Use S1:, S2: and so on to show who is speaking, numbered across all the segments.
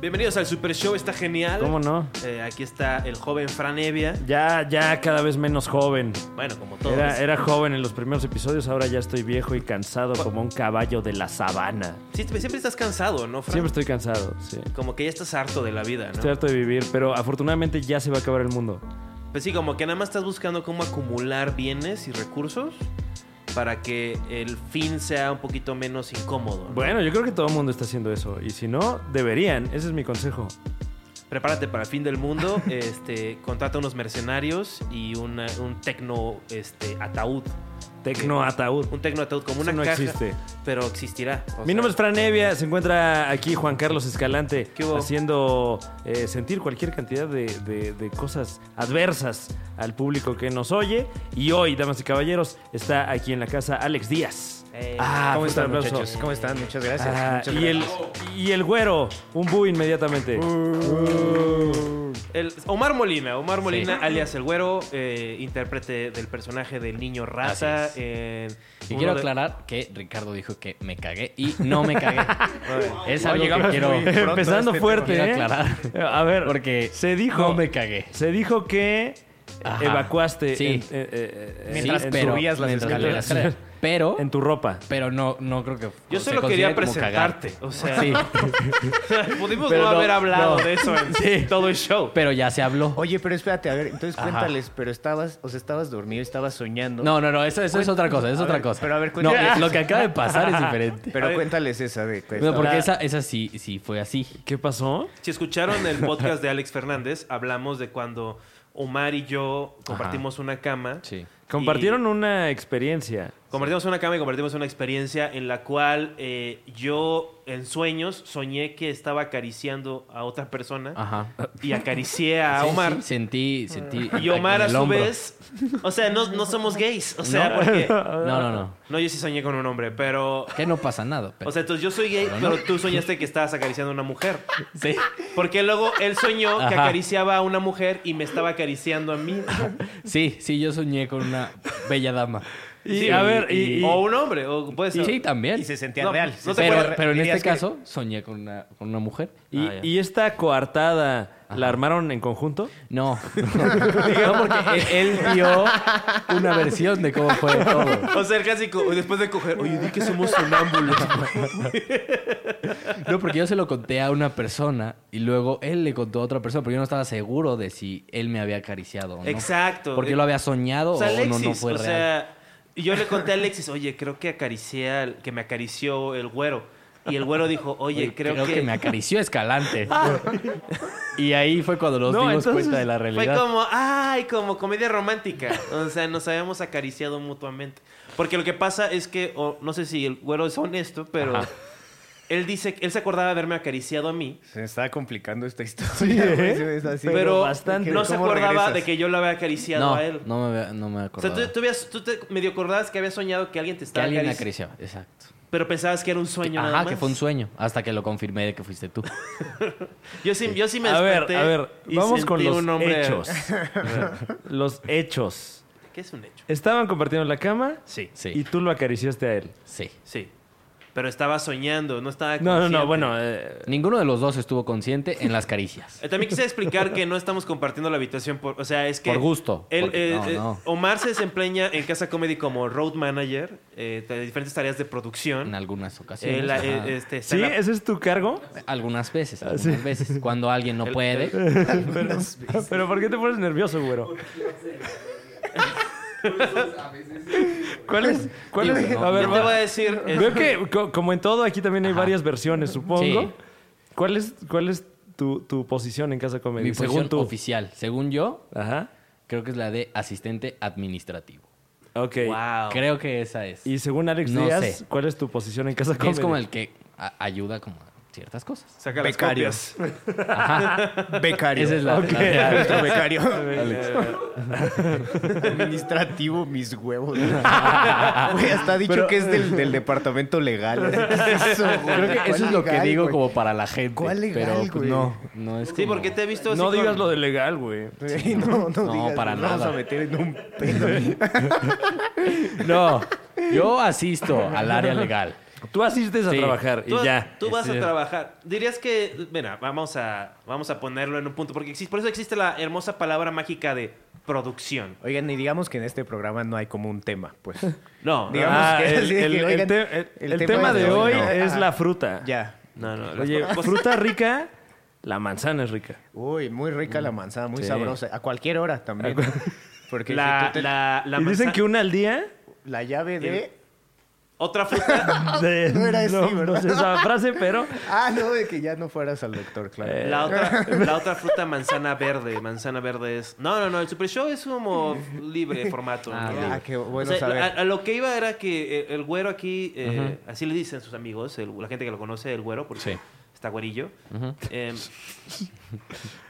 S1: Bienvenidos al Super Show, está genial.
S2: ¿Cómo no?
S1: Eh, aquí está el joven Fran Evia.
S2: Ya, ya cada vez menos joven.
S1: Bueno, como todos.
S2: Era, eh. era joven en los primeros episodios, ahora ya estoy viejo y cansado como un caballo de la sabana.
S1: Sí, siempre estás cansado, ¿no, Fran?
S2: Siempre estoy cansado, sí.
S1: Como que ya estás harto de la vida, ¿no?
S2: Estoy harto de vivir, pero afortunadamente ya se va a acabar el mundo.
S1: Pues sí, como que nada más estás buscando cómo acumular bienes y recursos para que el fin sea un poquito menos incómodo. ¿no?
S2: Bueno, yo creo que todo el mundo está haciendo eso. Y si no, deberían. Ese es mi consejo.
S1: Prepárate para el fin del mundo, este, contrata unos mercenarios y una- un tecno este, ataúd.
S2: Tecno ataúd.
S1: Un tecno ataúd como
S2: Eso
S1: una
S2: no
S1: caja,
S2: existe.
S1: pero existirá. O
S2: Mi
S1: sea,
S2: nombre es Fran Evia, se encuentra aquí Juan Carlos Escalante
S1: ¿Qué hubo?
S2: haciendo eh, sentir cualquier cantidad de, de- de cosas adversas al público que nos oye. Y hoy, damas y caballeros, está aquí en la casa Alex Díaz. Ah,
S1: Eh,
S3: ¿Cómo
S2: fuerte
S3: están,
S2: aplauso.
S3: Ah, muchachos? ¿Cómo están? Muchas gracias.
S2: Ah,
S3: Muchas
S2: y, el,
S3: gracias.
S2: y el güero, un bu inmediatamente.
S1: el- Omar Molina, Omar Molina,
S3: Sí.
S1: alias El Güero, eh, intérprete del personaje del niño raza.
S4: Así
S1: en
S4: Y
S1: uno
S4: quiero
S1: de-
S4: aclarar que Ricardo dijo que me cagué y no me cagué. es
S3: No,
S4: algo que
S3: llegamos
S4: quiero,
S3: muy pronto a
S2: Empezando
S3: este
S2: fuerte,
S4: quiero
S2: ¿eh?
S4: aclarar.
S2: A ver,
S4: Porque
S2: se dijo...
S4: no me cagué.
S2: Se dijo que
S4: Ajá.
S2: evacuaste
S4: Sí.
S2: en- eh, eh, eh,
S3: Mientras
S2: en,
S3: pero-
S2: tu,
S3: subías las
S4: mientras subía
S2: escaleras.
S4: las escaleras. Pero,
S2: en tu ropa.
S4: pero no, no creo que.
S1: Yo
S4: se
S1: solo quería
S4: considere como cagar.
S1: presentarte. O sea,
S4: Sí,
S1: pudimos
S4: Pero
S1: no,
S4: no,
S1: haber hablado
S4: no.
S1: de eso en todo el show.
S4: pero ya se habló.
S3: Oye, pero espérate, a ver, entonces
S4: Ajá.
S3: cuéntales, pero estabas, o sea, estabas dormido, estabas soñando.
S4: No, no, no, eso, eso es otra cosa, es
S3: A
S4: otra
S3: ver,
S4: cosa.
S3: pero a ver,
S4: no,
S3: cuéntame.
S4: lo que acaba de pasar es diferente.
S3: Pero
S1: A ver.
S3: cuéntales esa de.
S4: No, porque esa, esa sí, sí fue así.
S2: ¿Qué pasó?
S1: Si escucharon el podcast de Alex Fernández, hablamos de cuando Omar y yo compartimos una cama.
S4: Sí.
S2: Compartieron una experiencia.
S1: Compartimos una cama y compartimos una experiencia en la cual eh, yo en sueños soñé que estaba acariciando a otra persona
S4: Ajá.
S1: y acaricié a
S4: Ah. Sí,
S1: Omar.
S4: sí, sentí, sentí.
S1: Y Omar
S4: en
S1: a
S4: el
S1: su
S4: hombro.
S1: vez, o sea, no, no somos gays, o sea,
S4: No.
S1: porque
S4: No, no, no.
S1: no yo sí soñé con un hombre, pero
S4: Que no pasa nada. pero-
S1: o sea, entonces yo soy gay,
S4: Pero no.
S1: pero tú soñaste que estabas acariciando a una mujer.
S4: sí.
S1: Porque luego él soñó que
S4: Ajá.
S1: acariciaba a una mujer y me estaba acariciando a mí.
S4: Sí, sí, yo soñé con una bella dama.
S2: Y
S4: Sí,
S2: a ver, y, y-
S1: o un hombre, o puede ser.
S4: Sí, también.
S3: Y se sentía
S1: No,
S3: real.
S1: no
S3: se
S1: te
S3: sentía
S4: pero,
S3: real.
S4: pero en
S3: Dirías
S4: este
S3: que-
S4: caso soñé con una, con una mujer.
S2: y-
S4: Ah, ya.
S2: y esta coartada la armaron en conjunto.
S4: No. no, porque
S2: e-,
S4: él, él dio una versión de cómo fue todo.
S1: O sea, el clásico, después de coger, oye, di que somos sonámbulos.
S4: No, porque yo se lo conté a una persona y luego él le contó a otra persona, pero yo no estaba seguro de si él me había acariciado o no.
S1: Exacto.
S4: Porque yo lo había soñado
S1: O sea,
S4: o no,
S1: Alexis,
S4: no fue
S1: o
S4: real.
S1: sea, yo le conté a Alexis, oye, creo que acaricié, al- que me acarició el güero. Y el güero dijo, oye,
S4: Oye,
S1: creo, que... Ah.
S4: me acarició Escalante. y ahí fue cuando nos
S2: No,
S4: dimos
S2: entonces-
S4: cuenta de la
S1: Fue
S4: realidad.
S1: como, ay, como comedia romántica. O sea, nos habíamos acariciado mutuamente. Porque lo que pasa es que, o no sé si el güero es honesto, pero él dice, él se acordaba de haberme acariciado a mí.
S3: Se me estaba complicando esta historia.
S2: Sí, ¿eh?
S3: güey, se me está así.
S1: pero
S2: bastante.
S1: no se
S3: ¿Cómo
S1: acordaba
S3: regresas?
S1: de que yo lo había acariciado
S4: no,
S1: a él.
S4: no me, había- no me
S1: O sea,
S4: acordaba.
S1: tú, tú habías- tú te medio acordabas que habías soñado que alguien te
S4: que
S1: estaba
S4: alguien
S1: acarici-
S4: acarició, exacto.
S1: Pero pensabas que era un sueño nada
S4: Ajá,
S1: más.
S4: que fue un sueño. Hasta que lo confirmé de que fuiste tú.
S1: Yo sí, yo sí me
S2: a ver,
S1: desperté.
S2: a ver,
S1: y
S2: vamos con
S1: sentí
S2: los
S1: un hombre-
S2: hechos. los hechos.
S1: ¿Qué es un hecho?
S2: Estaban compartiendo la cama
S1: Sí,
S4: Sí.
S2: y tú lo acariciaste a él.
S4: Sí.
S1: sí. Pero estaba soñando, no estaba
S2: No, no, no,
S1: consciente.
S2: bueno, eh,
S4: Ninguno de los dos estuvo consciente en las caricias.
S1: Eh, También quise explicar que no estamos compartiendo la habitación por... O sea, es que...
S4: Por gusto,
S1: él,
S4: porque-
S1: eh,
S4: no,
S1: eh,
S4: no.
S1: Omar se desempeña en Casa Comedy como road manager eh, de diferentes tareas de producción.
S4: En algunas ocasiones.
S1: Él, eh,
S4: ajá.
S1: este, está
S2: ¿sí?
S1: en la-
S2: ¿Ese es tu cargo?
S4: Algunas veces, algunas
S2: sí.
S4: veces. Cuando alguien no
S1: El- eh,
S4: puede.
S2: Pero ¿por qué te pones nervioso, güero? ¿Cuál es? ¿Cuál
S4: Digo,
S2: es?
S4: no,
S2: A ver,
S1: Yo te
S2: va-
S1: voy a decir... eh,
S2: Veo que, co- como en todo, aquí también hay varias versiones, supongo.
S4: Sí.
S2: ¿Cuál es, cuál es tu, tu posición en Casa Comedy?
S4: Mi
S2: Según
S4: posición
S2: tú.
S4: oficial, según yo,
S2: Ajá.
S4: creo que es la de asistente administrativo.
S2: Ok.
S1: Wow.
S4: Creo que esa es.
S2: Y según Alex
S4: No
S2: Díaz,
S4: sé.
S2: ¿cuál es tu posición en Casa Comedy?
S4: es como el que a- ayuda como a ciertas cosas.
S1: Saca las
S3: Becario.
S1: copias.
S3: Becario.
S4: Esa es la...
S2: Ok.
S4: la- la-
S3: Nuestro becario. Administrativo, mis huevos. Güey, hasta ha dicho
S2: Pero-
S3: que es del, del departamento legal. ¿eh? Creo
S4: creo que eso es lo que digo como para la gente.
S3: ¿Cuál legal,
S4: pero pues,
S3: güey?
S4: no, no es
S1: Sí,
S4: como-
S1: porque te he visto así
S2: No
S1: con-
S2: digas lo de legal, güey.
S3: no, no,
S4: No,
S3: digas,
S4: para
S3: nos Vamos
S4: nada.
S3: a meter en un pedo.
S4: No, yo asisto al área legal.
S2: Tú asistes a
S4: Sí.
S2: trabajar
S1: Tú,
S2: y ya.
S1: tú vas
S4: Sí.
S1: a trabajar. Dirías que, mira, vamos a, vamos a ponerlo en un punto, porque existe- por eso existe la hermosa palabra mágica de producción.
S3: Oigan, y digamos que en este programa no hay como un tema, pues.
S1: No, no,
S3: Digamos
S2: Ah,
S3: que-
S2: el,
S3: sí,
S2: el-
S3: que,
S2: el
S3: oigan,
S2: te- el-
S3: el
S2: el
S3: tema
S2: tema
S3: de
S2: de hoy
S3: hoy no.
S2: es
S3: Ajá.
S2: la fruta.
S3: Ya.
S1: no, no, las
S2: Oye, pues,
S1: cosas-
S2: fruta rica, la manzana es rica.
S3: Uy, muy rica la manzana, muy
S2: Sí.
S3: sabrosa. A cualquier hora también. Porque si
S1: la,
S3: tú te- la...
S1: la- la
S2: y dicen
S1: manza-
S2: que una al día.
S3: llave de...
S1: Otra fruta,
S2: de-
S3: No era así,
S2: no,
S3: ¿verdad?
S2: no sé esa frase, pero.
S3: Ah, no, de que ya no fueras al doctor, claro.
S2: Eh,
S1: la otra, la otra fruta manzana verde. Manzana verde es. No, no, no. El Super Show es como libre formato.
S4: Ah,
S1: ¿no?
S4: ok.
S3: Ah, qué bueno
S1: O sea,
S3: saber.
S1: A, a lo que iba era que eh, el, güero aquí, eh, así le dicen sus amigos, el- la gente que lo conoce, el güero, porque
S4: Sí.
S1: está güerillo. Em,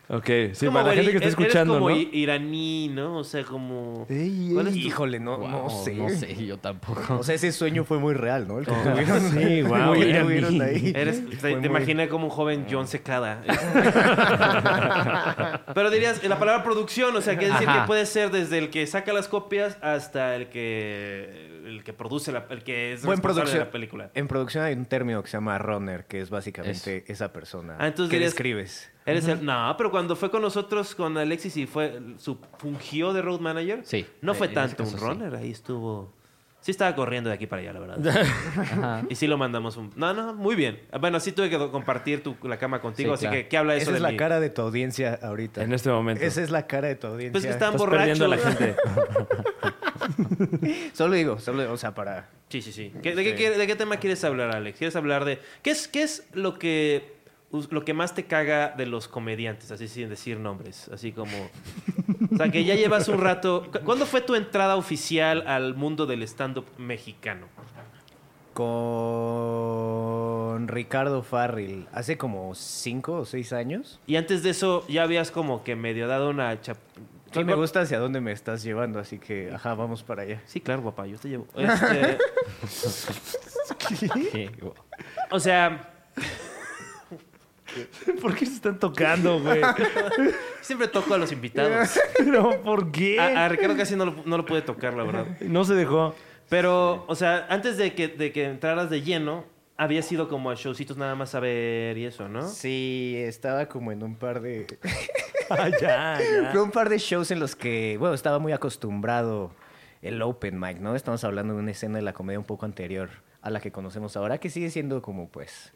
S2: Ok, sí,
S1: como
S2: para la gente que
S1: güeri-
S2: está
S1: eres
S2: escuchando,
S1: como
S2: ¿no?
S1: i- iraní, ¿no? O sea, como...
S3: Ey,
S1: ¿Cuál es tu-
S3: Híjole, no, no sé.
S4: No sé, yo tampoco.
S3: O sea, ese sueño fue muy real, ¿no? El que
S2: sí, guau,
S3: Muy
S2: era
S3: tuvieron
S2: mí.
S3: ahí.
S1: Eres, te,
S3: Fue
S1: te
S3: muy-
S1: imaginé como un
S2: Ah.
S1: joven John Secada. Pero dirías, eh, la palabra producción, o sea, quiere decir
S4: Ajá.
S1: que puede ser desde el que saca las copias hasta el que el que produce la el que es responsable
S3: Buen
S1: de
S3: producción.
S1: la película.
S3: En producción hay un término que se llama runner, que es básicamente esa persona
S1: Ah, entonces
S3: que
S1: dirías-
S3: describes.
S1: Eres el- no, pero cuando fue con nosotros con Alexis y fue su fungió de road manager,
S4: Sí.
S1: no fue
S2: eh,
S4: En
S1: tanto un
S4: ese caso, sí.
S1: runner, ahí estuvo. Sí estaba corriendo de aquí para allá, la verdad.
S4: Ajá.
S1: y sí lo mandamos un No, no, muy bien. Bueno, sí tuve que do- compartir tu- la cama contigo,
S4: Sí,
S1: así
S4: claro.
S1: que ¿qué habla eso
S3: Esa
S1: de
S3: es la
S1: mí?
S3: cara de tu audiencia ahorita.
S2: En este momento.
S3: Esa es la cara de tu audiencia.
S1: Pues que estaban
S2: Estás
S1: borrachos.
S2: perdiendo a la gente.
S3: Solo digo, solo digo, o sea, para...
S1: Sí, sí, sí. ¿Qué- de, qué, quiere- de qué tema quieres hablar, Alex? ¿Quieres hablar de qué es qué es lo que us- lo que más te caga de los comediantes, así sin decir nombres, así como o sea, que ya llevas un rato. ¿Cu- ¿Cuándo fue tu entrada oficial al mundo del stand up mexicano?
S3: Con Ricardo Farril, hace como cinco o seis años.
S1: Y antes de eso ya habías como que medio dado una chap...
S3: Sí, me gusta hacia dónde me estás llevando, así que, ajá, vamos para allá.
S1: Sí, claro, papá, yo te llevo. Este,
S4: Sí,
S1: o sea,
S2: ¿Por qué se están tocando, güey?
S1: siempre toco a los invitados.
S2: Pero, ¿por qué?
S1: A, a Ricardo casi no lo, no lo pude tocar, la verdad.
S2: ah. No se dejó.
S1: Pero, o sea, antes de que, de que entraras de lleno, había sido como a showcitos nada más a ver y eso, ¿no?
S3: Sí, estaba como en un par de...
S2: Ah, ya, ya.
S3: Fue un par de shows en los que, bueno, estaba muy acostumbrado el open mic, ¿no? Estamos hablando de una escena de la comedia un poco anterior a la que conocemos ahora, que sigue siendo como, pues,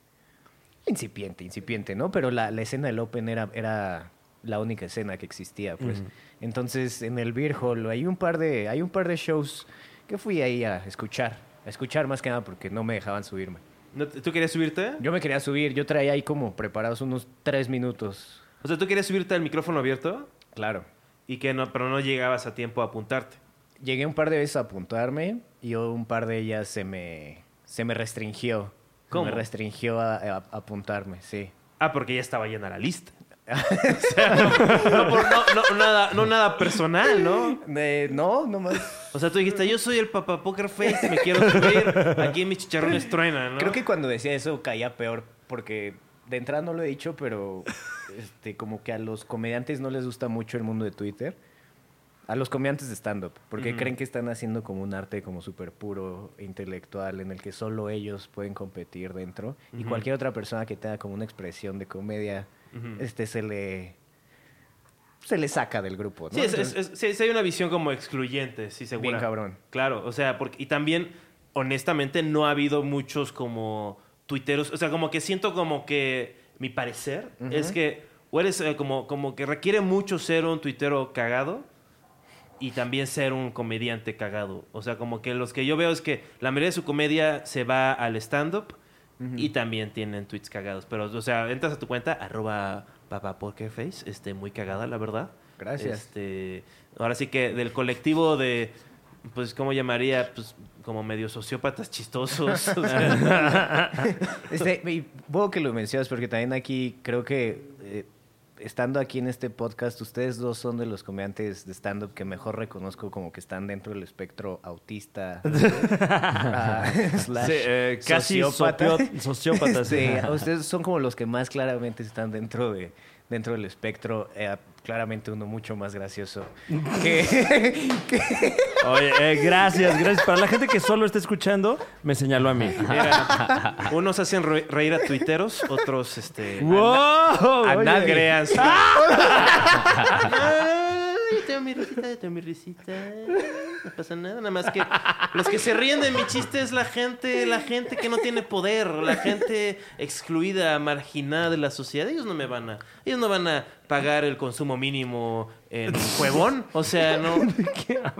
S3: incipiente, incipiente, ¿no? Pero la, la escena del open era, era la única escena que existía, pues. Entonces, en el Beer Hall hay un par de, hay un par de shows que fui ahí a escuchar, a escuchar más que nada porque no me dejaban subirme.
S1: ¿No te- ¿Tú querías subirte?
S3: Yo me quería subir, yo traía ahí como preparados unos tres minutos,
S1: O sea, ¿tú querías subirte al micrófono abierto?
S3: claro.
S1: Y que no, pero no llegabas a tiempo a apuntarte.
S3: Llegué un par de veces a apuntarme y un par de ellas se me, se me restringió.
S1: ¿Cómo?
S3: Se me restringió a, a- a apuntarme, sí.
S1: Ah, porque ya estaba llena la lista. O sea, no, no por- no- no- nada, no nada personal, ¿no?
S3: Eh, no, nomás.
S1: O sea, tú dijiste, yo soy el papá Poker Face, me quiero subir, aquí mis chicharrones truenan, ¿no?
S3: Creo que cuando decía eso caía peor porque de entrada no lo he dicho, pero este, como que a los comediantes no les gusta mucho el mundo de Twitter. A los comediantes de stand-up, porque
S1: Ujú.
S3: creen que están haciendo como un arte como súper puro, intelectual, en el que solo ellos pueden competir dentro. Y
S1: Ujú.
S3: cualquier otra persona que tenga como una expresión de comedia,
S1: Ujú.
S3: este se le se le saca del grupo, ¿no?
S1: Sí, es-
S3: Entonces,
S1: es- es- sí, sí hay una visión como excluyente, sí, seguro.
S3: Bien cabrón.
S1: Claro, o sea, porque, y también, honestamente, no ha habido muchos como tuiteros. O sea, como que siento como que mi parecer es que o eres eh, como, como que requiere mucho ser un tuitero cagado y también ser un comediante cagado. O sea, como que los que yo veo es que la mayoría de su comedia se va al stand-up y también tienen tweets cagados. Pero, o sea, entras a tu cuenta, arroba papapokerface, este, muy cagada, la verdad.
S3: Gracias.
S1: Este, ahora sí que del colectivo de, pues, ¿cómo llamaría? Pues, como medio sociópatas chistosos. o sea.
S3: este, y puedo que lo mencionas porque también aquí creo que eh, estando aquí en este podcast ustedes dos son de los comediantes de stand up que mejor reconozco como que están dentro del espectro autista ah, slash
S2: Sí, eh, casi
S3: sociópata.
S2: sopió- sociópatas.
S3: Este,
S2: Ajá.
S3: ustedes son como los que más claramente están dentro de, dentro del espectro, eh, claramente uno mucho más gracioso que, que-
S2: Oye, eh, gracias, gracias. Para la gente que solo está escuchando, me señaló a mí. Eh,
S1: Mira, unos hacen re- reír a tuiteros, otros, este...
S2: ¡Wow!
S1: a
S2: Oye.
S1: nadie. Creas. Ah, yo tengo mi risita, yo tengo mi risita. No pasa nada, nada más que los que se ríen de mi chiste es la gente, la gente que no tiene poder, la gente excluida, marginada de la sociedad. Ellos no me van a, ellos no van a pagar el consumo mínimo en Cuevón, o sea, no.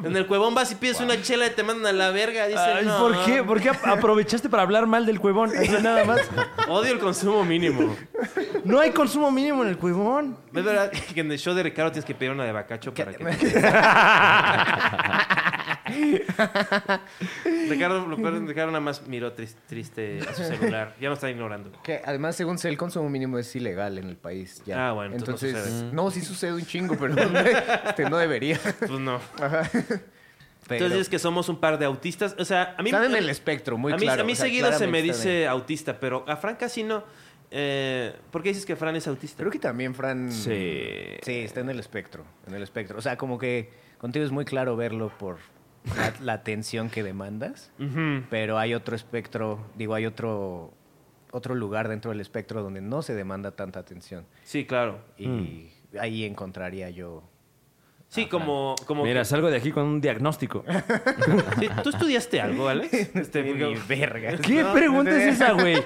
S1: En el Cuevón vas y pides una chela y te mandan a la verga, dicen,
S2: Ay,
S1: no.
S2: ¿Por qué? ¿Por qué ap- aprovechaste para hablar mal del cuevón? Así nada más.
S1: Odio el consumo mínimo.
S2: No hay consumo mínimo en el cuevón.
S1: Es verdad que en el show de Ricardo tienes que pedir una de bacacho para que Ricardo, lo peor, Ricardo nada más miró tris- triste a su celular. Ya lo está ignorando.
S3: que además, según sé, el consumo mínimo es ilegal en el país. ya.
S1: Ah, bueno, entonces
S3: entonces,
S1: no
S3: no, sí sucede un chingo, pero este, no debería.
S1: Pues no.
S3: Pero,
S1: Entonces dices que somos un par de autistas. O sea, a mí...
S3: están en el
S1: a-
S3: espectro, muy
S1: a mí,
S3: claro.
S1: a mí
S3: o sea,
S1: seguido se me
S3: claramente están ahí.
S1: dice autista, pero a Fran casi no. Eh, ¿Por qué dices que Fran es autista?
S3: Creo que también, Fran.
S2: Sí.
S3: Sí, está en el espectro, en el espectro. O sea, como que contigo es muy claro verlo por la, la atención que demandas,
S1: Ujú.
S3: pero hay otro espectro, digo, hay otro, otro lugar dentro del espectro donde no se demanda tanta atención.
S1: Sí, claro.
S3: Y
S1: Mm.
S3: ahí encontraría yo...
S1: Sí,
S3: Ah,
S1: como... como
S2: Mira,
S1: que-
S2: salgo de aquí con un diagnóstico.
S1: Sí, ¿Tú estudiaste algo, Alex? Este,
S3: Ni
S1: porque-
S3: verga.
S2: ¿Qué
S1: No,
S2: pregunta es esa, güey?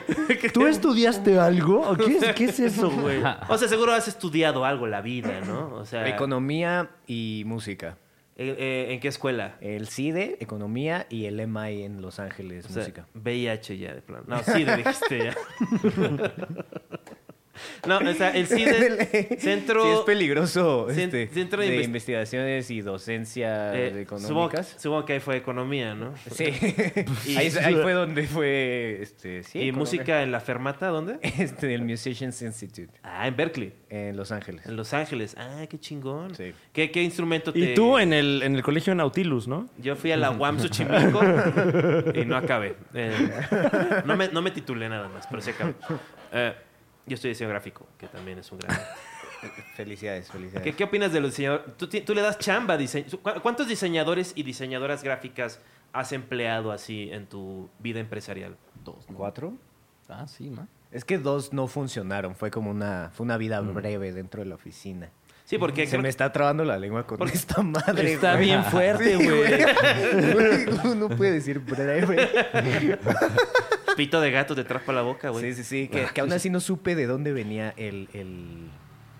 S2: ¿Tú estudiaste algo? ¿O qué, es- qué es eso, güey?
S1: O sea, seguro has estudiado algo la vida, ¿no? O sea,
S3: Economía y música.
S1: eh, eh, ¿en qué escuela?
S3: El CIDE, E, economía, y el MI en Los Ángeles,
S1: O sea,
S3: música.
S1: VIH ya, de plano. No, SIDE dijiste ya. no, o sea, el SIDE, E, Centro...
S3: Sí, es peligroso
S1: Cen-
S3: este,
S1: Centro de
S3: de,
S1: investi-
S3: investigaciones y docencia
S1: eh,
S3: de
S1: supongo, que-
S3: económicas.
S1: supongo que ahí fue economía, ¿no?
S3: Sí. ahí, ahí fue donde fue este, sí,
S1: ¿Y
S3: economía.
S1: música en la Fermata, dónde?
S3: este del Musicians Institute
S1: Ah, en Berkeley,
S3: en Los Ángeles.
S1: en Los Ángeles. Ah, qué chingón.
S3: Sí.
S1: ¿Qué, qué instrumento te...?
S2: Y tú en el, en el colegio Nautilus, ¿no?
S1: Yo fui a la UAM Xochimilco y no acabé. Eh, no, me, no me titulé nada más, pero sí acabé. Eh, yo estoy diseño gráfico, que también es un gran...
S3: Felicidades, felicidades.
S1: ¿Qué, qué opinas de los diseñadores? ¿Tú, ti- tú le das chamba a diseño. ¿Cu- ¿Cuántos diseñadores y diseñadoras gráficas has empleado así en tu vida empresarial?
S4: Dos, ¿no?
S3: ¿Cuatro?
S4: Ah, sí, ma.
S3: Es que dos no funcionaron, fue como una fue una vida
S1: Mm.
S3: breve dentro de la oficina.
S1: Sí, porque
S3: Se
S1: creo
S3: me
S1: que
S3: está trabando la lengua con
S1: Porque-
S3: esta madre.
S2: Está
S3: güey.
S2: bien fuerte,
S3: Sí,
S2: güey.
S3: Uno puede decir breve.
S1: pito de gato te trapa la boca, güey.
S3: Sí, sí, sí. Que, que aún así no supe de dónde venía el, el,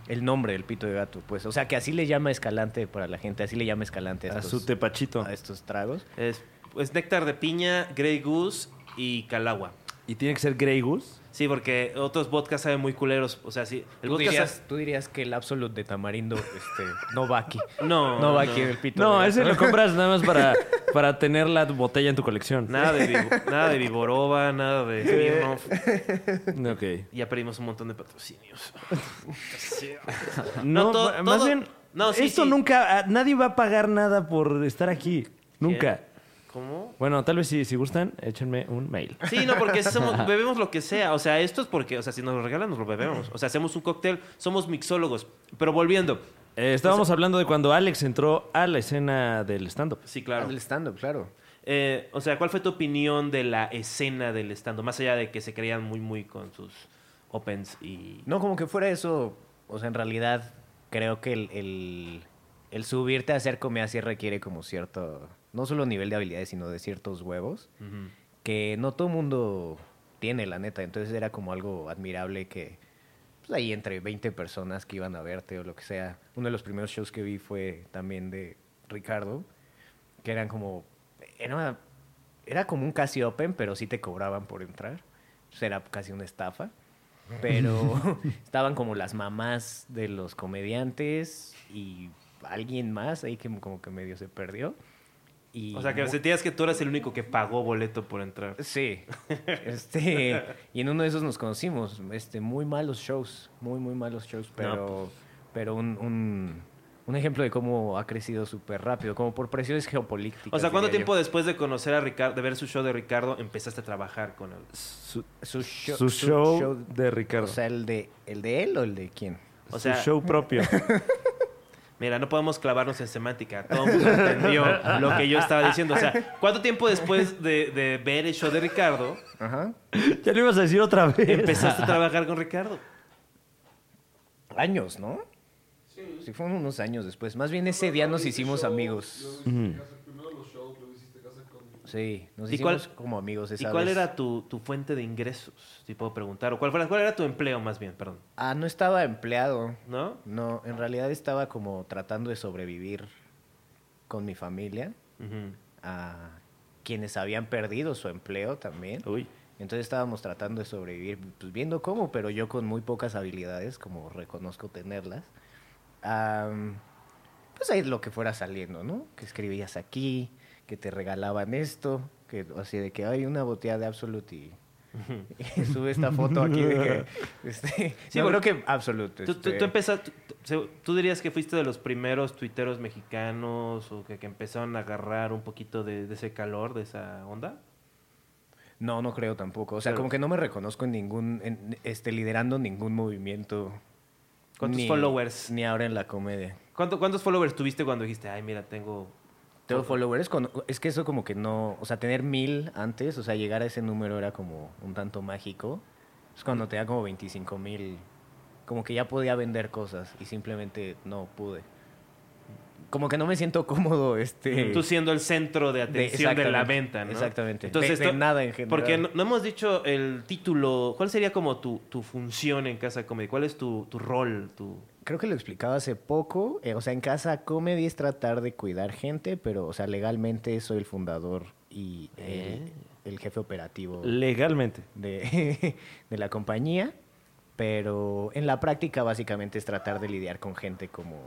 S3: el nombre del pito de gato. Pues, o sea, que así le llama Escalante para la gente, así le llama Escalante a
S2: A su
S3: estos,
S2: tepachito.
S3: a estos tragos.
S1: Es, es néctar de piña, Grey Goose y Calagua.
S2: ¿Y tiene que ser Grey Goose?
S1: Sí, porque otros vodkas saben muy culeros. O sea, sí. El
S3: ¿Tú
S1: vodka
S3: dirías,
S1: sa-
S3: tú dirías que el Absolute de Tamarindo este, no va aquí.
S1: No,
S3: No, va aquí el pito.
S2: No,
S3: de
S2: ese
S3: gato.
S2: lo compras nada más para, para tener la botella en tu colección.
S1: Nada de, Vibo- nada de Viboroba, nada de Smirnoff.
S2: Ok.
S1: Ya perdimos un montón de patrocinios. No,
S2: No,
S1: to-
S2: ma- más
S1: todo-
S2: bien,
S1: no, sí,
S2: esto
S1: sí.
S2: nunca, a- nadie va a pagar nada por estar aquí. Nunca.
S1: ¿Cómo?
S2: Bueno, tal vez si, si gustan, échenme un mail.
S1: Sí, no, porque somos- bebemos lo que sea. O sea, esto es porque, o sea, si nos lo regalan, nos lo bebemos. O sea, hacemos un cóctel, somos mixólogos. Pero volviendo.
S2: Eh, estábamos hablando de cuando Alex entró a la escena del stand-up.
S1: Sí, claro.
S3: Del stand-up, claro.
S1: Eh, o sea, ¿cuál fue tu opinión de la escena del estando? Más allá de que se creían muy, muy con sus opens y...
S3: No, como que fuera eso, o sea, en realidad creo que el, el, el subirte a hacer comida sí requiere como cierto, no solo nivel de habilidades, sino de ciertos huevos,
S1: Ujú.
S3: que no todo mundo tiene, la neta. Entonces era como algo admirable que pues, ahí entre 20 personas que iban a verte o lo que sea. Uno de los primeros shows que vi fue también de Ricardo, que eran como, era, era como un casi open, pero sí te cobraban por entrar. Entonces, era casi una estafa. Pero estaban como las mamás de los comediantes y alguien más ahí que como que medio se perdió. Y
S1: O sea, que
S3: mu-
S1: sentías que tú eras el único que pagó boleto por entrar.
S3: Sí. Este, y en uno de esos nos conocimos. Este, muy malos shows. Muy, muy malos shows. Pero,
S1: pues.
S3: pero un, un, un ejemplo de cómo ha crecido súper rápido. Como por presiones geopolíticas.
S1: O sea, ¿cuánto
S3: diría yo.
S1: tiempo después de conocer a Ricardo, de ver su show de Ricardo, empezaste a trabajar con él?
S2: Su,
S3: Su, show-
S2: su show de
S3: O
S2: Ricardo.
S3: sea, el de, ¿el de él o el de quién?
S1: O sea,
S2: Su show propio.
S1: mira, no podemos clavarnos en semántica. Todo el mundo entendió lo que yo estaba diciendo. O sea, ¿cuánto tiempo después de, de ver el show de Ricardo
S3: Ajá.
S2: ya lo ibas a decir otra vez.
S1: empezaste a trabajar con Ricardo?
S3: Años, ¿no? Sí. Sí, fueron unos años después. Más bien ese día nos hicimos amigos. Sí, nos
S1: ¿Y cuál-
S3: hicimos como amigos
S1: ¿Y
S3: esa
S1: cuál
S3: vez.
S1: era tu, tu fuente de ingresos? Si puedo preguntar. ¿O cuál, fuera- cuál era tu empleo más bien? Perdón.
S3: Ah, no estaba empleado.
S1: ¿No?
S3: No, en realidad estaba como tratando de sobrevivir con mi familia,
S1: Ujú.
S3: a quienes habían perdido su empleo también.
S2: Uy.
S3: Entonces estábamos tratando de sobrevivir, pues viendo cómo, pero yo con muy pocas habilidades, como reconozco tenerlas. Am, pues ahí lo que fuera saliendo, ¿no? Que escribías aquí, que te regalaban esto, que así de que hay una botella de Absolute y, y sube esta foto aquí de que... Este,
S1: Sí,
S3: no,
S1: porque
S3: creo que Absolute.
S1: ¿Tú, tú-
S3: este,
S1: tú empezaste- tú- se- tú dirías que fuiste de los primeros tuiteros mexicanos o que, que empezaron a agarrar un poquito de, de ese calor, de esa onda?
S3: No, no creo tampoco. O sea,
S1: Claro.
S3: como que no me reconozco en ningún, en, este, liderando ningún movimiento.
S1: ¿Cuántos followers?
S3: Ni ahora en la comedia.
S1: ¿Cuánto- ¿Cuántos followers tuviste cuando dijiste, ay, mira, tengo...
S3: Tengo followers, con- es que eso como que no, o sea, tener mil antes, o sea, llegar a ese número era como un tanto mágico. Es cuando tenía como 25 mil, como que ya podía vender cosas y simplemente no pude. Como que no me siento cómodo, este...
S1: Tú siendo el centro de atención de,
S3: exactamente,
S1: la venta, ¿no?
S3: exactamente. De- de nada en general.
S1: Porque no, no hemos dicho el título. ¿Cuál sería como tu, tu función en Casa Comedy? ¿Cuál es tu, tu rol? Tu...
S3: Creo que lo explicaba hace poco, eh, o sea, en casa comedy es tratar de cuidar gente, pero, o sea, legalmente soy el fundador y el,
S1: Eh.
S3: el jefe operativo.
S2: Legalmente.
S3: de, de la compañía, pero en la práctica básicamente es tratar de lidiar con gente como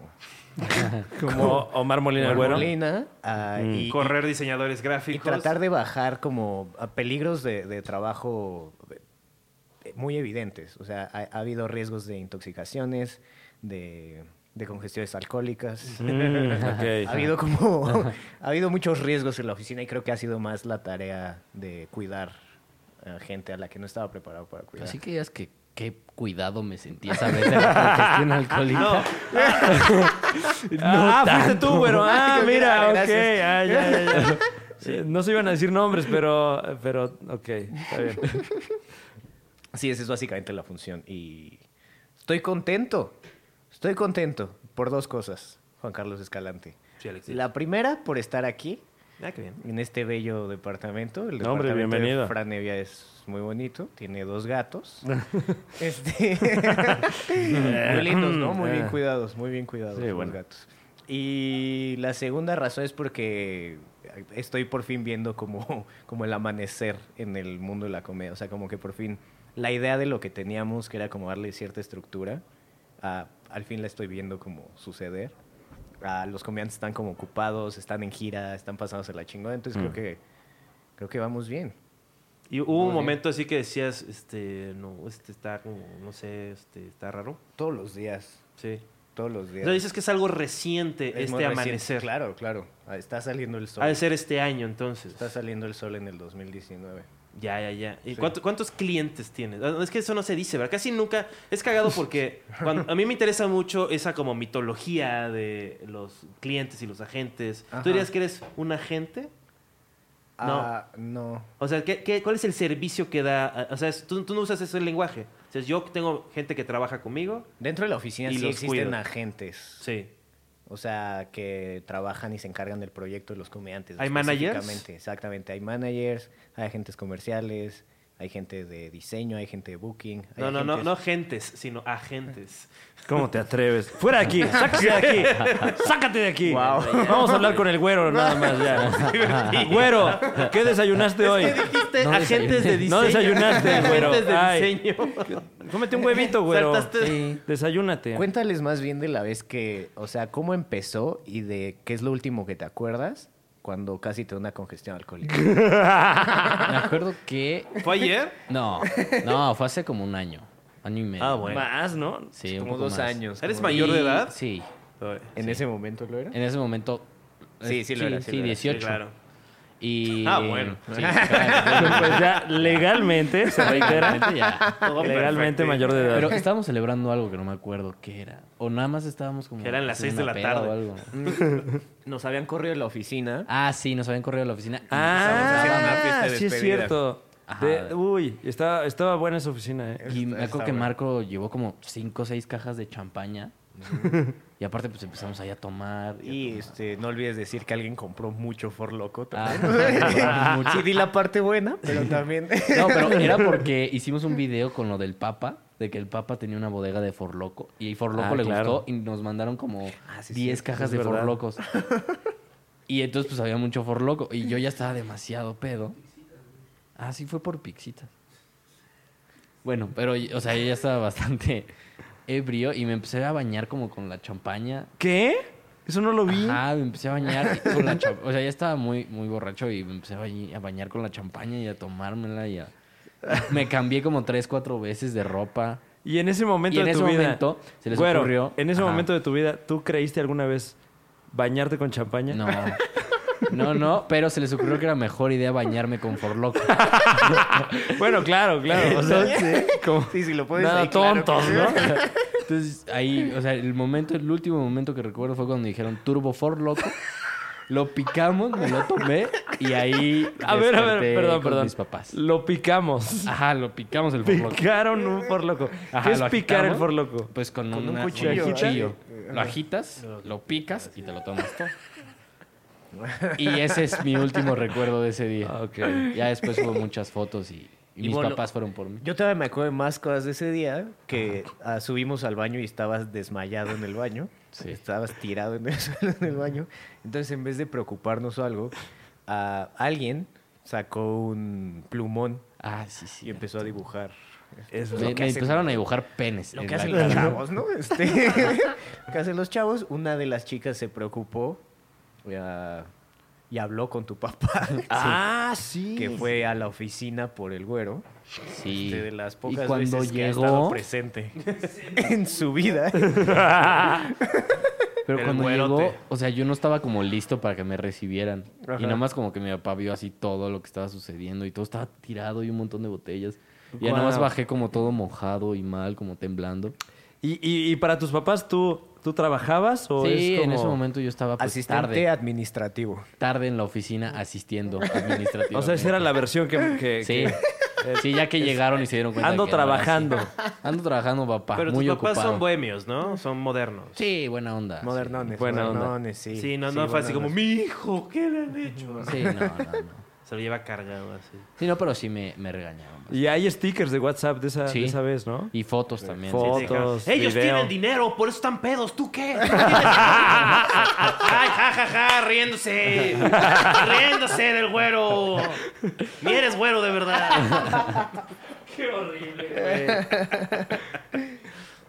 S2: Como Omar Molina Agüero.
S3: Molina ah, y,
S1: Correr diseñadores
S3: y
S1: mm, gráficos.
S3: tratar de bajar como a peligros de, de trabajo eh, muy evidentes. O sea, ha, ha habido riesgos de intoxicaciones, de, de congestiones alcohólicas.
S2: Mm, ok.
S3: Ha habido como ha habido muchos riesgos en la oficina y creo que ha sido más la tarea de cuidar a gente a la que no estaba preparado para cuidar.
S4: Así que digas que qué cuidado me sentí esa vez de la congestión alcohólica.
S1: No,
S2: ah, fuiste tú, güero. Ah,
S3: Ay, qué
S2: mira, ok.
S3: gracias.
S2: Ah, ya, ya, ya. Eh, No se iban a decir nombres, pero, pero ok, está bien.
S3: Sí, esa es básicamente la función. Y estoy contento. Estoy contento por dos cosas, Juan Carlos Escalante.
S1: Sí, Alexis.
S3: La primera, por estar aquí,
S1: Ah, qué bien.
S3: en este bello departamento. El
S2: No, hombre,
S3: departamento de
S2: bienvenido.
S3: Fran Evia es muy bonito. Tiene dos gatos. Este, muy lindos, ¿no? Muy
S2: Eh.
S3: bien cuidados, muy bien cuidados
S2: Sí,
S3: los
S2: bueno.
S3: gatos. Y la segunda razón es porque estoy por fin viendo como, como el amanecer en el mundo de la comedia. O sea, como que por fin la idea de lo que teníamos, que era como darle cierta estructura, ah, al fin la estoy viendo como suceder. Ah, los comediantes están como ocupados, están en gira, están pasándose la chingada. Entonces
S1: Mm.
S3: creo, que, creo que vamos bien.
S1: Y hubo un momento así que decías, este, no, este está como, no sé, este, está raro.
S3: Todos los días,
S1: Sí.
S3: todos los días.
S1: Entonces dices que es algo reciente
S3: Es muy
S1: este
S3: reciente.
S1: amanecer.
S3: Claro, claro. Ah, Está saliendo el sol.
S1: Ha de ser este año, entonces.
S3: Está saliendo el sol en el 2019.
S1: Ya, ya, ya. ¿Y
S3: Sí.
S1: cuánto- cuántos clientes tienes? Ah, Es que eso no se dice, ¿verdad? Casi nunca. Es cagado porque cuando- a mí me interesa mucho esa como mitología de los clientes y los agentes.
S3: Ajá.
S1: ¿Tú dirías que eres un agente?
S3: Ah, no.
S1: O sea, ¿qué, qué- cuál es el servicio que da? Ah, O sea, es- tú, tú no usas ese lenguaje. O sea, yo tengo gente que trabaja conmigo.
S3: Dentro de la oficina
S1: Y
S3: sí
S1: los
S3: existen
S1: cuido.
S3: agentes.
S1: Sí.
S3: O sea, que trabajan y se encargan del proyecto de los comediantes.
S1: ¿Hay managers?
S3: específicamente. Exactamente. Hay managers, hay agentes comerciales, hay gente de diseño, hay gente de booking. hay
S1: No, no, no,
S3: agentes-
S1: no gentes, sino agentes.
S2: ¿Cómo te atreves? Fuera de aquí, sácate de aquí, sácate de aquí.
S3: Wow.
S2: Vamos a hablar con el güero nada más ya. güero, ¿qué desayunaste hoy?
S1: Dijiste
S4: No
S1: agentes de diseño.
S2: No desayunaste, güero.
S1: Agentes de
S2: Ay.
S1: diseño.
S2: Cómete un huevito, güero.
S1: Saltaste.
S4: Sí.
S2: Desayúnate.
S3: Cuéntales más bien de la vez que, o sea, cómo empezó y de qué es lo último que te acuerdas cuando casi te da una congestión alcohólica.
S4: Me acuerdo que...
S1: ¿Fue ayer?
S4: No, no, fue hace como un año, año y medio.
S1: Ah, bueno.
S2: Más, ¿no?
S4: Sí, un
S3: como
S4: poco
S3: dos
S4: más.
S3: años.
S1: ¿Eres
S3: como-
S1: mayor de edad?
S4: Sí,
S1: Ay.
S3: ¿En ese momento lo era?
S4: en ese momento... eh,
S3: Sí, sí lo era, sí
S4: Sí,
S3: lo era, sí,
S4: 18.
S1: Sí, claro.
S4: Y,
S1: Ah, bueno.
S4: Sí, claro,
S2: Pues ya legalmente, se reitera,
S4: ya.
S1: Todo
S2: legalmente
S1: perfecto.
S2: mayor de edad.
S4: Pero estábamos celebrando algo que no me acuerdo qué era. O nada más estábamos como.
S1: Que eran las
S4: haciendo
S1: seis de
S4: una
S1: la tarde.
S4: peda o algo.
S3: Nos habían corrido de la oficina.
S4: Ah, sí, nos habían corrido a la oficina.
S1: haciendo una fiesta
S2: ah,
S1: de
S2: sí es
S1: despedida.
S2: cierto.
S4: Ajá.
S2: De- uy, estaba, estaba buena esa oficina, ¿eh?
S4: Y
S3: Está-
S4: me
S3: está
S4: acuerdo que
S3: bueno.
S4: Marco llevó como cinco o seis cajas de champaña. y aparte, pues empezamos ahí a tomar. y a
S3: Y este, no olvides decir que alguien compró mucho For Loco también.
S4: Ah. Mucho.
S3: sí, di la parte buena, pero también.
S4: No, pero era porque hicimos un video con lo del Papa, de que el Papa tenía una bodega de Forloco y Forloco
S2: Ah,
S4: le
S2: claro.
S4: gustó y nos mandaron como
S3: Ah, sí,
S4: 10
S3: sí,
S4: cajas
S2: es
S4: de
S2: verdad.
S4: Forlocos. Y entonces pues había mucho Forloco y yo ya estaba demasiado pedo. Ah, sí fue por pixitas. Bueno, pero o sea, yo ya estaba bastante ebrio y me empecé a bañar como con la champaña
S2: ¿Qué? Eso no lo vi.
S4: Ah, me empecé a bañar con la champ- O sea, ya estaba muy, muy borracho y me empecé a, bañ- a bañar con la champaña y a tomármela y a... Me cambié como tres, cuatro veces de ropa.
S2: Y en ese momento
S4: Y en
S2: de
S4: ese
S2: tu vida.
S4: momento se les
S2: Güero,
S4: ocurrió-
S2: En ese
S4: Ajá.
S2: momento de tu vida, ¿tú creíste alguna vez bañarte con champaña?
S4: No. No, no, pero se les ocurrió que era mejor idea bañarme con Forloco.
S2: Pues, Bueno, claro, claro. o sea, como-
S3: sí, sí, lo puedes
S2: nada
S3: ahí, claro que
S2: tontos,
S3: sí.
S2: ¿no?
S4: Entonces, ahí, o sea, el momento, el último momento que recuerdo fue cuando dijeron Turbo Forloco. Lo picamos, me lo tomé y ahí.
S2: A ver, a ver,
S4: desperté
S2: perdón,
S4: con
S2: perdón.
S4: mis papás.
S2: Lo picamos.
S4: Ajá, lo picamos el Forloco.
S2: Picaron un forloco.
S4: Ajá,
S2: ¿Qué es
S4: lo
S2: picar el
S4: agitamos.
S2: forloco?
S4: Pues con,
S3: Con un
S4: una-
S3: cuchillo,
S4: un cuchillo.
S3: ¿verdad? Eh,
S4: Lo agitas, lo picas y te lo tomas todo. Y ese es mi último recuerdo de ese día.
S2: Ok.
S4: Ya después hubo muchas fotos y, y
S3: Y
S4: mis
S3: bueno,
S4: papás fueron por mí.
S3: Yo todavía me acuerdo de más cosas de ese día que ah, subimos al baño y estabas desmayado en el baño.
S4: Sí.
S3: Estabas tirado en el suelo en el baño. Entonces, en vez de preocuparnos o algo, ah, alguien sacó un plumón
S4: Ah, sí, sí.
S3: y empezó a dibujar.
S2: Eso
S4: Me, me empezaron a dibujar penes.
S3: Lo
S4: en
S3: que
S4: la
S3: hacen
S4: cara.
S3: los chavos, ¿no? Este, lo que hacen los chavos, una de las chicas se preocupó ya, y habló con tu papá,
S2: Ah, sí.
S3: que fue a la oficina por el güero.
S4: Sí.
S3: Este, de las pocas
S4: y cuando
S3: veces que ha estado
S4: llegó, Pues
S3: presente en su vida.
S4: pero
S1: El
S4: cuando
S1: güerote.
S4: llegó, o sea, yo no estaba como listo para que me recibieran. Y nada más como que mi papá vio así todo lo que estaba sucediendo y todo estaba tirado y un montón de botellas. Y ya nada más
S2: Guau.
S4: bajé como todo mojado y mal, como temblando.
S2: ¿Y, y, y para tus papás, ¿tú, tú trabajabas o
S4: sí,
S2: Oh, es como...
S4: en ese momento yo estaba pues,
S3: Asistente
S4: tarde,
S3: administrativo.
S4: tarde en la oficina asistiendo administrativo.
S2: O sea, esa era la versión que... que-
S4: Sí.
S2: que-
S4: Sí, ya que llegaron y se dieron cuenta.
S2: Ando
S4: que no era así.
S2: trabajando.
S4: Ando trabajando, papá.
S1: Pero
S4: Ah, muy
S1: tus papás
S4: ocupado.
S1: son bohemios, ¿no? Son modernos.
S4: Sí, buena onda. sí.
S3: Modernones,
S2: Buena onda.
S3: modernones, sí.
S1: Sí, no, no fue así como,
S3: modernones.
S1: mi hijo, ¿qué le han hecho?
S4: Sí, no, no, no.
S1: Se lo lleva cargado así.
S4: Sí, no, pero sí me, me regañaron.
S2: Y hay stickers de WhatsApp de esa,
S4: Sí.
S2: de esa vez, ¿no?
S4: Y fotos también.
S2: Fotos.
S4: sí, sí.
S2: Fotos,
S1: Ellos
S2: video.
S1: tienen dinero, por eso están pedos. ¿Tú qué? ¿Tú tienes- Ay, ja, ja, ja, riéndose. riéndose del güero. Ni eres güero de verdad. qué horrible, güey.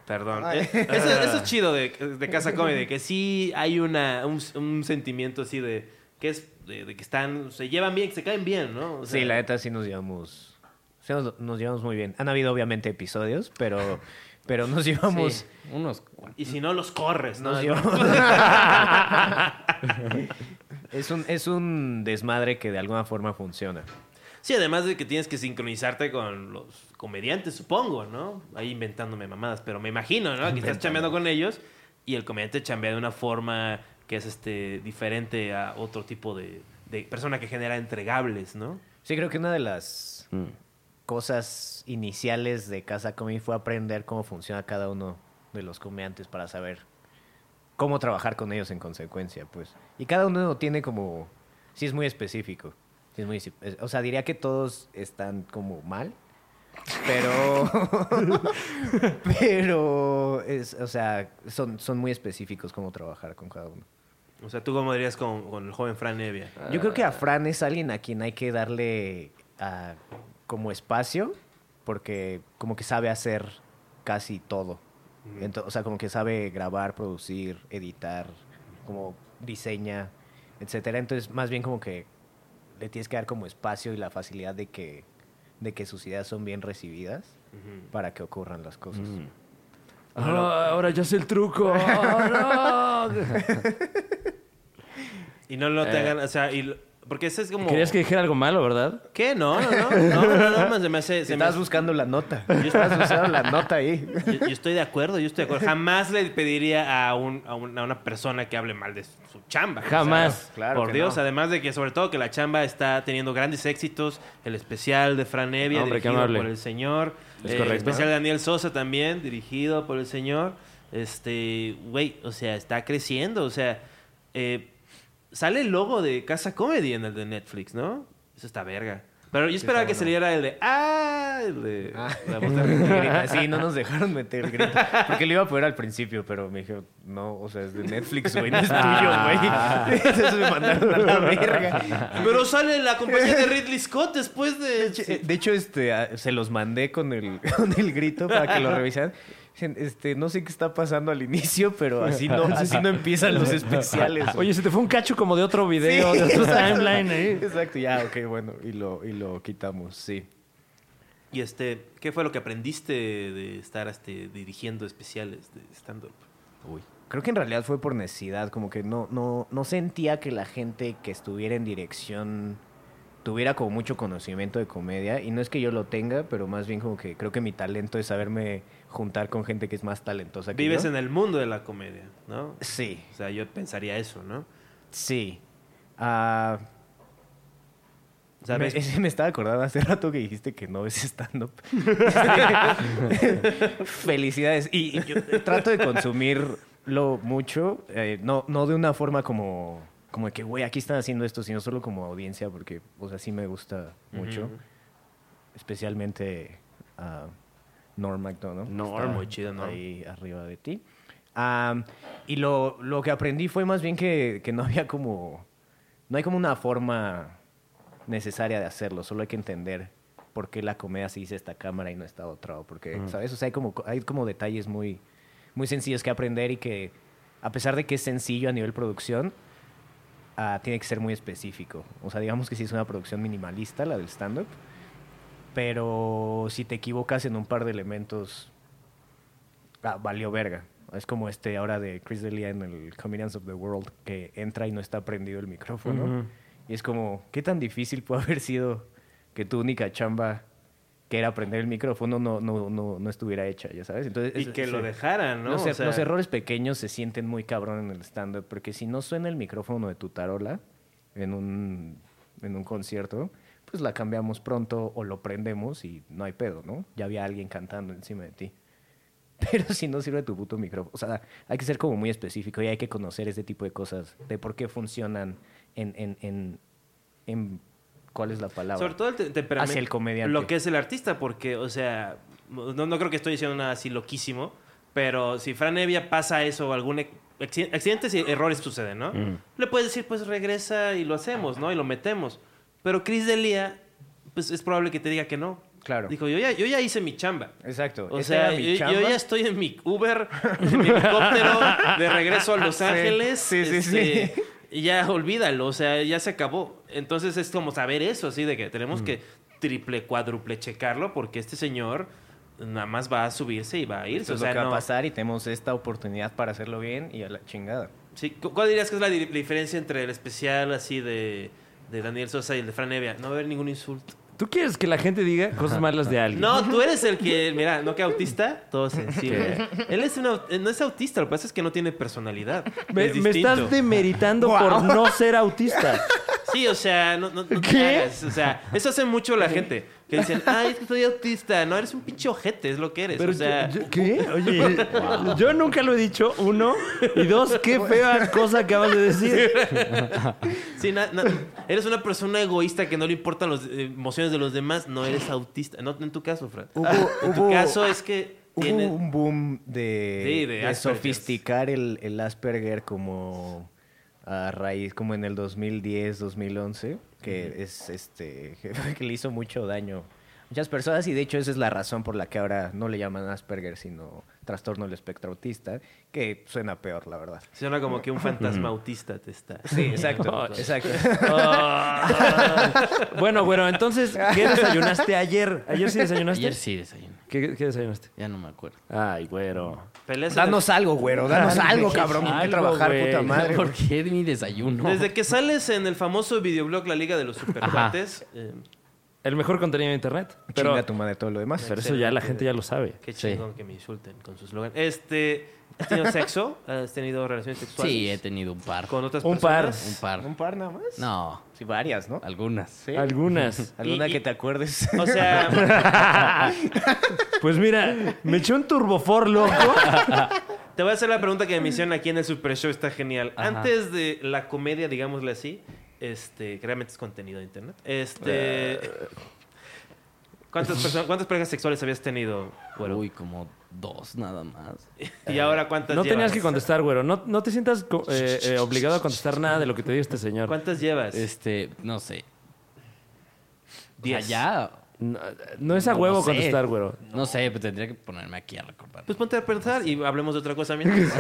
S1: Perdón. Eh, Eso, eso es chido de, de Casa Comedy, que sí hay una, un, un sentimiento así de que es de, de que están, se llevan bien, que se caen bien, ¿no? O sea,
S3: Sí, la neta sí nos llevamos. sí nos, nos llevamos muy bien. Han habido obviamente episodios, pero, pero nos llevamos.
S4: Sí, unos cuantos.
S1: Y si no, los corres, ¿no?
S3: Nos llevamos. es, un, es un desmadre que de alguna forma funciona.
S1: Sí, además de que tienes que sincronizarte con los comediantes, supongo, ¿no? Ahí inventándome mamadas, pero me imagino, ¿no? Que estás chambeando con ellos y el comediante chambea de una forma que es este diferente a otro tipo de, de persona que genera entregables, ¿no?
S3: Sí, creo que una de las cosas iniciales de Casa Comedy fue aprender cómo funciona cada uno de los comediantes para saber cómo trabajar con ellos en consecuencia, pues. Y cada uno tiene como... Sí es muy específico. sí es muy espe- es- o sea, diría que todos están como mal, pero... pero, es, o sea, son, son muy específicos cómo trabajar con cada uno.
S1: O sea, tú cómo dirías con, con el joven Fran Nevia.
S3: Yo creo que a Fran es alguien a quien hay que darle ah, como espacio, porque como que sabe hacer casi todo. Ento- o sea, como que sabe grabar, producir, editar, como diseña, etcétera. Entonces, más bien como que le tienes que dar como espacio y la facilidad de que, de que sus ideas son bien recibidas para que ocurran las cosas.
S2: Ah, ahora ya sé el truco. Ah, no.
S1: Y no lo te hagan, o sea, y lo- Porque ese es como...
S2: Querías que dijera algo malo, ¿verdad?
S1: ¿Qué? No, no, no. No, no, no, más se me hace... se me
S3: Estás
S1: hace-
S3: buscando la nota. Estás buscando la nota ahí.
S1: Yo, yo estoy de acuerdo, yo estoy de acuerdo. Jamás le pediría a, un- a, un- a una persona que hable mal de su, su chamba.
S2: Jamás.
S1: O sea,
S3: Claro
S1: Por
S3: que
S1: Dios,
S3: no.
S1: además de que, sobre todo, que la chamba está teniendo grandes éxitos. El especial de Fran Evia,
S2: Hombre, qué
S1: dirigido
S2: amable.
S1: por el señor.
S2: Es
S1: Eh,
S2: correcto.
S1: El especial de Daniel Sosa también, dirigido por el señor. Este, güey, o sea, está creciendo. O sea, eh, sale el logo de Casa Comedy en el de Netflix, ¿no? Eso está verga. Pero yo esperaba que saliera el de... ¡Ah! El de... la voz de Argentina.
S3: Grita, Sí, no nos dejaron meter el grito. Porque lo iba a poner al principio, pero me dijeron, no, o sea, es de Netflix, güey, no es tuyo,
S2: Ah.
S3: güey. Entonces me mandaron a la verga.
S1: Pero sale la compañía de Ridley Scott después de...
S3: Eh, De hecho, este, a- se los mandé con el, con el grito para que lo revisaran. Dicen, Este, no sé qué está pasando al inicio, pero así no, así no empiezan los especiales. güey.
S2: Oye, se te fue un cacho como de otro video,
S3: Sí,
S2: de otro
S3: exacto.
S2: timeline ahí.
S3: Exacto, ya, ok, bueno, y lo, y lo quitamos, sí.
S1: Y este, ¿qué fue lo que aprendiste de estar este, dirigiendo especiales de stand-up?
S3: Creo que en realidad fue por necesidad, como que no, no, no sentía que la gente que estuviera en dirección tuviera como mucho conocimiento de comedia. Y no es que yo lo tenga, pero más bien como que creo que mi talento es saberme juntar con gente que es más talentosa que
S1: Vives
S3: yo.
S1: en el mundo de la comedia, ¿no?
S3: Sí,
S1: O sea, yo pensaría eso, ¿no?
S3: sí. Ah,
S1: O sea, ves-
S3: Me, es- me estaba acordando hace rato que dijiste que no ves stand-up. Felicidades. Y yo trato de consumirlo mucho, eh, no, no de una forma como, como de que, güey, aquí están haciendo esto, sino solo como audiencia, porque, o sea, sí me gusta mucho. Especialmente a Norm MacDonald.
S1: Norm,
S3: Está
S1: muy chido, Norm.
S3: Ahí arriba de ti. Am, y lo, lo que aprendí fue más bien que, que no había como... No hay como una forma necesaria de hacerlo, solo hay que entender por qué la comedia se dice esta cámara y no esta otra, o porque,
S1: Mm.
S3: ¿sabes? O sea, hay como, hay como detalles muy, muy sencillos que aprender y que, a pesar de que es sencillo a nivel producción, ah, tiene que ser muy específico. O sea, digamos que sí es una producción minimalista, la del stand-up, pero si te equivocas en un par de elementos, ah, valió verga. Es como este ahora de Chris D'Elia en el Comedians of the World, que entra y no está prendido el micrófono. Y es como, ¿qué tan difícil puede haber sido que tu única chamba, que era prender el micrófono, no, no, no, no estuviera hecha, ya sabes? Entonces,
S1: y
S3: es-
S1: que lo
S3: sí.
S1: dejaran, ¿no?
S3: Los,
S1: O
S3: er-
S1: sea,
S3: los errores pequeños se sienten muy cabrón en el stand-up, porque si no suena el micrófono de tu tarola en un, en un concierto, pues la cambiamos pronto o lo prendemos y no hay pedo, ¿no? Ya había alguien cantando encima de ti. Pero si no sirve tu puto micrófono. O sea, hay que ser como muy específico y hay que conocer ese tipo de cosas, de por qué funcionan en... en, en, en- ¿Cuál es la palabra?
S1: Sobre todo el te- temperamento.
S3: Hacia el comediante.
S1: Lo que es el artista, porque, o sea, no, no creo que estoy diciendo nada así loquísimo, pero si Fran Evia pasa eso, algún ex- acci- accidentes y errores suceden, ¿no?
S3: Mm.
S1: Le puedes decir, pues regresa y lo hacemos, ¿no? Y lo metemos. Pero Chris Delia, pues es probable que te diga que no.
S3: Claro.
S1: Dijo, yo ya, yo ya hice mi chamba.
S3: Exacto.
S1: O
S3: Esa
S1: sea,
S3: era mi
S1: yo, yo
S3: chamba.
S1: ya estoy en mi Uber, en mi helicóptero, de regreso a Los
S3: Sí,
S1: Ángeles.
S3: sí, sí,
S1: este,
S3: sí.
S1: y Ya olvídalo, o sea, ya se acabó. Entonces es como saber eso, así de que
S3: Mm.
S1: tenemos que triple, cuádruple checarlo porque este señor nada más va a subirse y va a irse.
S3: Esto
S1: O
S3: es lo
S1: sea,
S3: que va
S1: no.
S3: a pasar y tenemos esta oportunidad para hacerlo bien y a la chingada.
S1: Sí, ¿cu- ¿Cuál dirías que es la di- diferencia entre el especial así de, de Daniel Sosa y el de Fran Evia? No va a haber ningún insulto.
S2: ¿Tú quieres que la gente diga cosas malas de alguien?
S1: No, tú eres el que, mira, no que autista, todo sensible. Él es una, no es autista, lo que pasa es que no tiene personalidad.
S2: Me,
S1: Es
S2: me
S1: distinto.
S2: estás demeritando por no ser autista.
S1: Sí, o sea, no, no, no te
S2: ¿Qué?
S1: hagas, O sea, eso hace mucho la gente. Que dicen, ay, es que soy autista. No, eres un pinche ojete, es lo que eres.
S2: Pero
S1: o sea,
S2: yo- yo- ¿Qué? Oye, yo nunca lo he dicho, uno. Y dos, qué fea cosa acabas de decir.
S1: sí, na- na- eres una persona egoísta que no le importan las eh, emociones de los demás. No eres autista. No en tu caso, Fran.
S3: Hubo-
S1: en tu
S3: hubo-
S1: caso es que
S3: Hubo
S1: tienes-
S3: un boom de,
S1: Sí, de
S3: de
S1: Asperger.
S3: sofisticar el, el Asperger como a raíz, como en el 2010, 2011, que es este, que le hizo mucho daño muchas personas y de hecho esa es la razón por la que ahora no le llaman Asperger sino trastorno del espectro autista, que suena peor, la verdad.
S1: Suena como que un fantasma autista te está.
S3: Sí, exacto, exacto.
S2: bueno, güero, entonces, ¿qué desayunaste ayer? ¿Ayer sí desayunaste?
S4: Ayer sí desayuné.
S2: ¿Qué, qué desayunaste?
S4: Ya no me acuerdo.
S2: Ay, güero.
S1: Peleas en el-
S3: Danos algo, güero, danos algo, cabrón, hay que
S2: Algo,
S3: trabajar,
S2: güey.
S3: puta madre.
S4: ¿Por qué mi desayuno?
S1: Desde que sales en el famoso videoblog La Liga de los Supercuates, eh,
S2: El mejor contenido de internet. Pero,
S3: Chinga tu madre todo lo demás.
S2: pero eso ya la gente ya lo sabe.
S1: qué
S4: Sí.
S1: chingón que me insulten con sus slogan. Este, ¿has tenido sexo? ¿Has tenido relaciones sexuales?
S4: Sí, he tenido un par.
S1: con otras
S2: Un par.
S1: personas.
S4: Un par.
S3: Un par nada más.
S4: No,
S3: Sí, varias, ¿no?
S4: algunas.
S3: Sí.
S2: Algunas.
S3: Alguna
S1: Y-
S3: que te acuerdes.
S1: O sea,
S2: Pues mira, me eché un turbofor loco.
S1: te voy a hacer la pregunta que me hicieron aquí en el Super Show, está genial.
S4: Ajá.
S1: Antes de la comedia, digámosle así, este, que realmente es contenido de internet.
S4: Eh.
S1: Este, ¿cuántas, perso- ¿Cuántas parejas sexuales habías tenido? güero?
S4: Uy, como dos nada más.
S1: Y ahora cuántas
S2: No
S1: llevas?
S2: tenías que contestar, güero. No, no te sientas co- eh, eh, obligado a contestar nada de lo que te diga este señor.
S1: ¿Cuántas llevas?
S4: Este, no sé.
S1: Diez.
S4: Allá.
S2: No, no es a huevo contestar, güero.
S4: No sé, pues tendría que ponerme aquí a recordar.
S1: Pues ponte a pensar y hablemos de otra cosa mientras.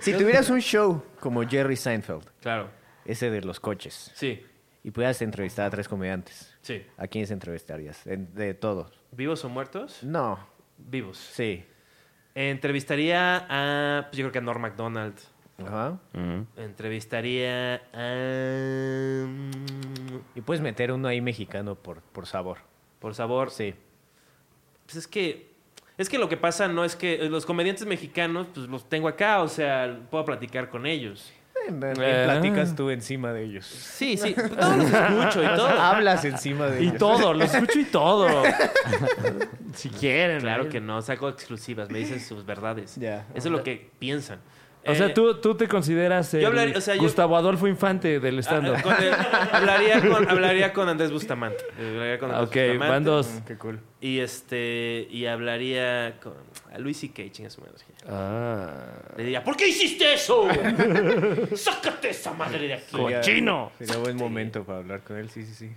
S3: si tuvieras un show como Jerry Seinfeld,
S1: claro.
S3: ese de los coches,
S1: Sí,
S3: y pudieras entrevistar a tres comediantes,
S1: sí.
S3: ¿a quiénes entrevistarías? En- de todos.
S1: ¿Vivos o muertos?
S3: No,
S1: Vivos.
S3: sí.
S1: Entrevistaría a. pues, yo creo que a Norm MacDonald.
S3: Ajá.
S1: Entrevistaría a. mm,
S3: Y puedes meter uno ahí mexicano por, por sabor.
S1: Por sabor.
S3: Sí.
S1: Pues es que. Es que lo que pasa no es que eh, los comediantes mexicanos, pues los tengo acá, o sea, puedo platicar con ellos.
S2: Eh.
S3: Platicas tú encima de ellos.
S1: Sí, sí, pues, todos los escucho y todo.
S3: Hablas encima de
S2: Y
S3: ellos.
S2: todo, lo escucho y todo. si quieren.
S1: Claro
S2: ¿eh?
S1: que no, saco exclusivas, me dicen sus verdades.
S3: Ya.
S1: Eso es lo que piensan.
S2: O
S1: Eh,
S2: sea, tú, tú te consideras el
S1: Yo hablaría- o sea, yo-
S2: Gustavo Adolfo Infante del stand-up.
S1: Ah, con el- hablaría, con, hablaría con Andrés Bustamante. Hablaría con Andrés
S2: Ah, ok,
S1: Bustamante.
S2: van dos.
S3: Qué cool.
S1: Y este. Y hablaría con. A Luis y Cage, su madre.
S2: Ah.
S1: Le diría, ¿por qué hiciste eso? ¡Sácate esa madre de aquí!
S2: ¡Cochino!
S3: Sería buen momento para hablar con él, sí, sí, sí.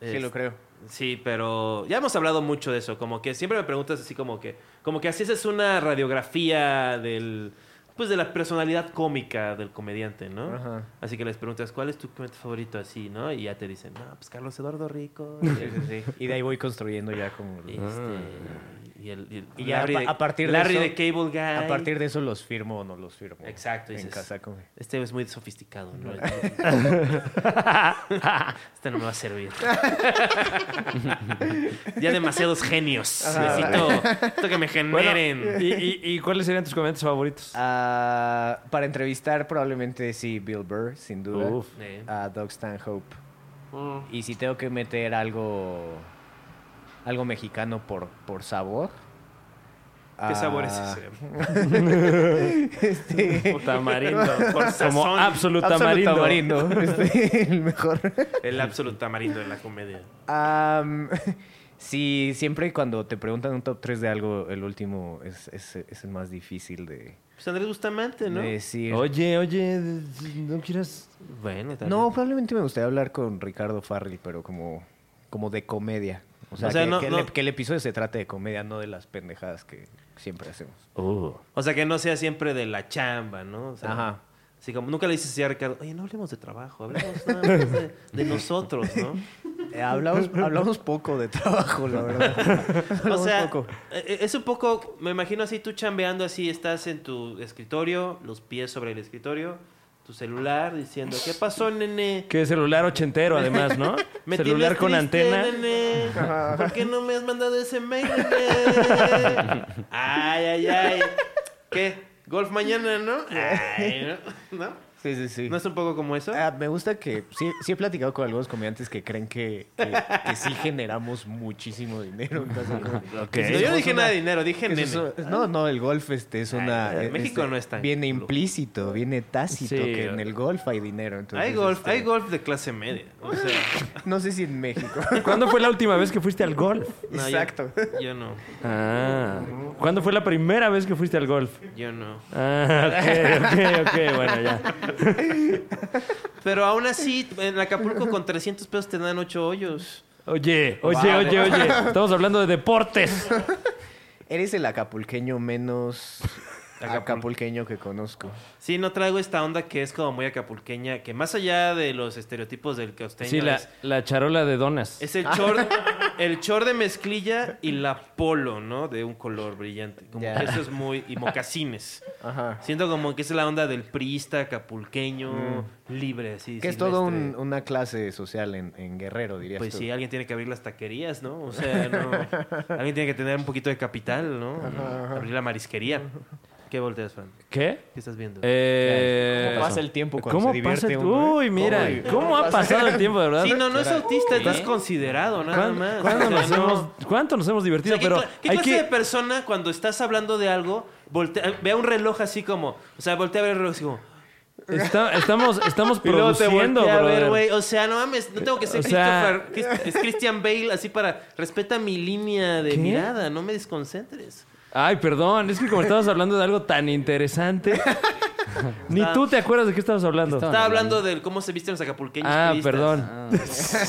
S3: Sí,
S1: Es-
S3: lo creo.
S1: Sí, pero ya hemos hablado mucho de eso. Como que siempre me preguntas así como que. Como que así es una radiografía del. Pues de la personalidad cómica del comediante, ¿no?
S3: Ajá.
S1: Así que les preguntas, ¿cuál es tu comediante favorito así, no? Y ya te dicen, no, pues Carlos Eduardo Rico. y
S3: Sí,
S1: el-
S3: sí, sí. Y de ahí voy construyendo ya como...
S1: Este, y el, y el
S3: Ah. Y ya
S1: Larry,
S3: a
S1: de,
S3: pa- a partir de
S1: Larry
S3: eso-
S1: de Cable Guy.
S3: A partir de eso los firmo o no los firmo.
S1: Exacto,
S3: En
S1: dices.
S3: casa con...
S1: Este es muy sofisticado, ¿no? este no me va a servir. ya demasiados genios. Necesito, necesito que me generen.
S2: Bueno, y, y- y cuáles serían tus comentarios favoritos?
S3: Ah, para entrevistar probablemente sí Bill Burr, sin duda.
S2: Uf.
S1: Eh,
S3: A Doug Stanhope.
S1: mm,
S3: Y si tengo que meter algo algo mexicano por, por sabor.
S1: ¿Qué
S3: ah,
S1: sabor es ese?
S3: Este,
S2: Tamarindo.
S1: Por
S2: Como
S1: sazón.
S2: absoluto
S3: Absolute
S2: tamarindo.
S3: tamarindo, este, el mejor.
S1: El absoluto tamarindo de la comedia.
S3: Am, sí, siempre cuando te preguntan un top 3 de algo, el último es, es- es el más difícil de,
S1: Pues Andrés Bustamante, ¿no?
S3: de decir.
S2: Oye, oye, ¿no quieras...?
S1: Bueno, también.
S3: No, probablemente me gustaría hablar con Ricardo Farrell, pero como, como de comedia. O sea,
S1: O sea,
S3: que,
S1: no-
S3: que
S1: no-
S3: El, que el episodio se trate de comedia, no de las pendejadas que siempre hacemos.
S2: Oh.
S1: O sea, que no sea siempre de la chamba, ¿no? O sea,
S3: Ajá.
S1: Así como nunca le dices así a Ricardo, oye, no hablemos de trabajo, hablemos nada más de, de nosotros, ¿no?
S3: Eh, hablamos, hablamos poco de trabajo, la verdad.
S1: O
S3: Hablamos
S1: sea,
S3: poco.
S1: eh, eh, es un poco, me imagino así tú chambeando así, estás en tu escritorio, los pies sobre el escritorio, tu celular diciendo, ¿qué pasó, nene?
S2: Que celular ochentero, además, ¿no? celular
S1: tienes
S2: con
S1: triste,
S2: antena.
S1: nene. ¿Por qué no me has mandado ese mail, nene? Ay, ay, ay. ¿Qué? Golf mañana, ¿no? Ay, ¿no? ¿No?
S3: Sí, sí, sí.
S1: ¿No es un poco como eso?
S3: Ah, me gusta que sí, sí he platicado con algunos comediantes que creen que, que, que sí generamos muchísimo dinero. Entonces, como-
S2: Ok.
S1: No, yo no dije nada de dinero, dije
S3: Eso
S1: nene.
S3: es- no, no, el golf este es
S1: Ay,
S3: una...
S1: en
S3: es-
S1: México
S3: este,
S1: no es tan
S3: Viene
S1: cool.
S3: implícito, viene tácito
S2: Sí.
S3: que en el golf hay dinero. entonces,
S1: hay golf,
S3: este,
S1: hay golf de clase media. O sea,
S3: No sé si en México.
S2: ¿Cuándo fue la última vez que fuiste al golf?
S1: no, yo-
S3: Exacto.
S1: Yo, no,
S2: Ah. ¿Cuándo fue la primera vez que fuiste al golf?
S1: yo no.
S2: Ah, ok, ok, ok, bueno, ya.
S1: Pero aún así, en Acapulco con 300 pesos te dan 8 hoyos.
S2: Oye, oye,
S3: Vale.
S2: oye, oye. Estamos hablando de deportes.
S3: Eres el acapulqueño menos acapulqueño que conozco.
S1: Sí, no traigo esta onda que es como muy acapulqueña, que más allá de los estereotipos del costeño
S2: Sí, la,
S1: es,
S2: la charola de donas.
S1: es el short, el short de mezclilla y la polo, ¿no? De un color brillante. Como
S3: Ya.
S1: que eso es muy... y mocasines.
S3: Ajá.
S1: Siento como que es la onda del priista acapulqueño libre, así.
S3: Mm. que es
S1: silvestre.
S3: toda un- una clase social en, en Guerrero, dirías
S1: Pues
S3: tú.
S1: sí, alguien tiene que abrir las taquerías, ¿no? O sea, no. alguien tiene que tener un poquito de capital, ¿no? Abrir la marisquería. ¿Qué volteas, Fran?
S2: ¿Qué?
S1: ¿Qué estás viendo?
S2: Eh,
S3: ¿Cómo pasa el tiempo cuando
S2: ¿Cómo
S3: se
S2: pasa el-
S3: divierte uno, eh?
S2: Uy, mira,
S3: Uy.
S2: ¿cómo ha pasado el tiempo, de verdad?
S1: Sí, no, no es autista, es desconsiderado, nada
S2: ¿Cuán-
S1: más.
S2: ¿Cuánto,
S1: O sea,
S2: nos
S1: no.
S2: hemos, cuánto nos hemos
S1: O
S2: divertido?
S1: sea, ¿qué,
S2: pero
S1: cla- qué
S2: hay
S1: clase
S2: que...
S1: de persona cuando estás hablando de algo voltea, vea un reloj así como... O sea, voltea a ver el reloj así como...
S2: Está- estamos, estamos
S1: Y luego te
S2: produciendo,
S1: voltea a ver,
S2: brother.
S1: güey. O sea, no mames, no tengo que ser
S2: O sea-
S1: Christopher. Chris- es Christian Bale, así para. Respeta mi línea de
S2: ¿Qué?
S1: mirada, no me desconcentres.
S2: Ay, perdón, es que como estabas hablando de algo tan interesante, ni tú te acuerdas de qué estabas hablando.
S4: Estaba-
S1: Estaba hablando del cómo se visten los acapulqueños.
S2: Ah,
S1: turistas.
S2: perdón.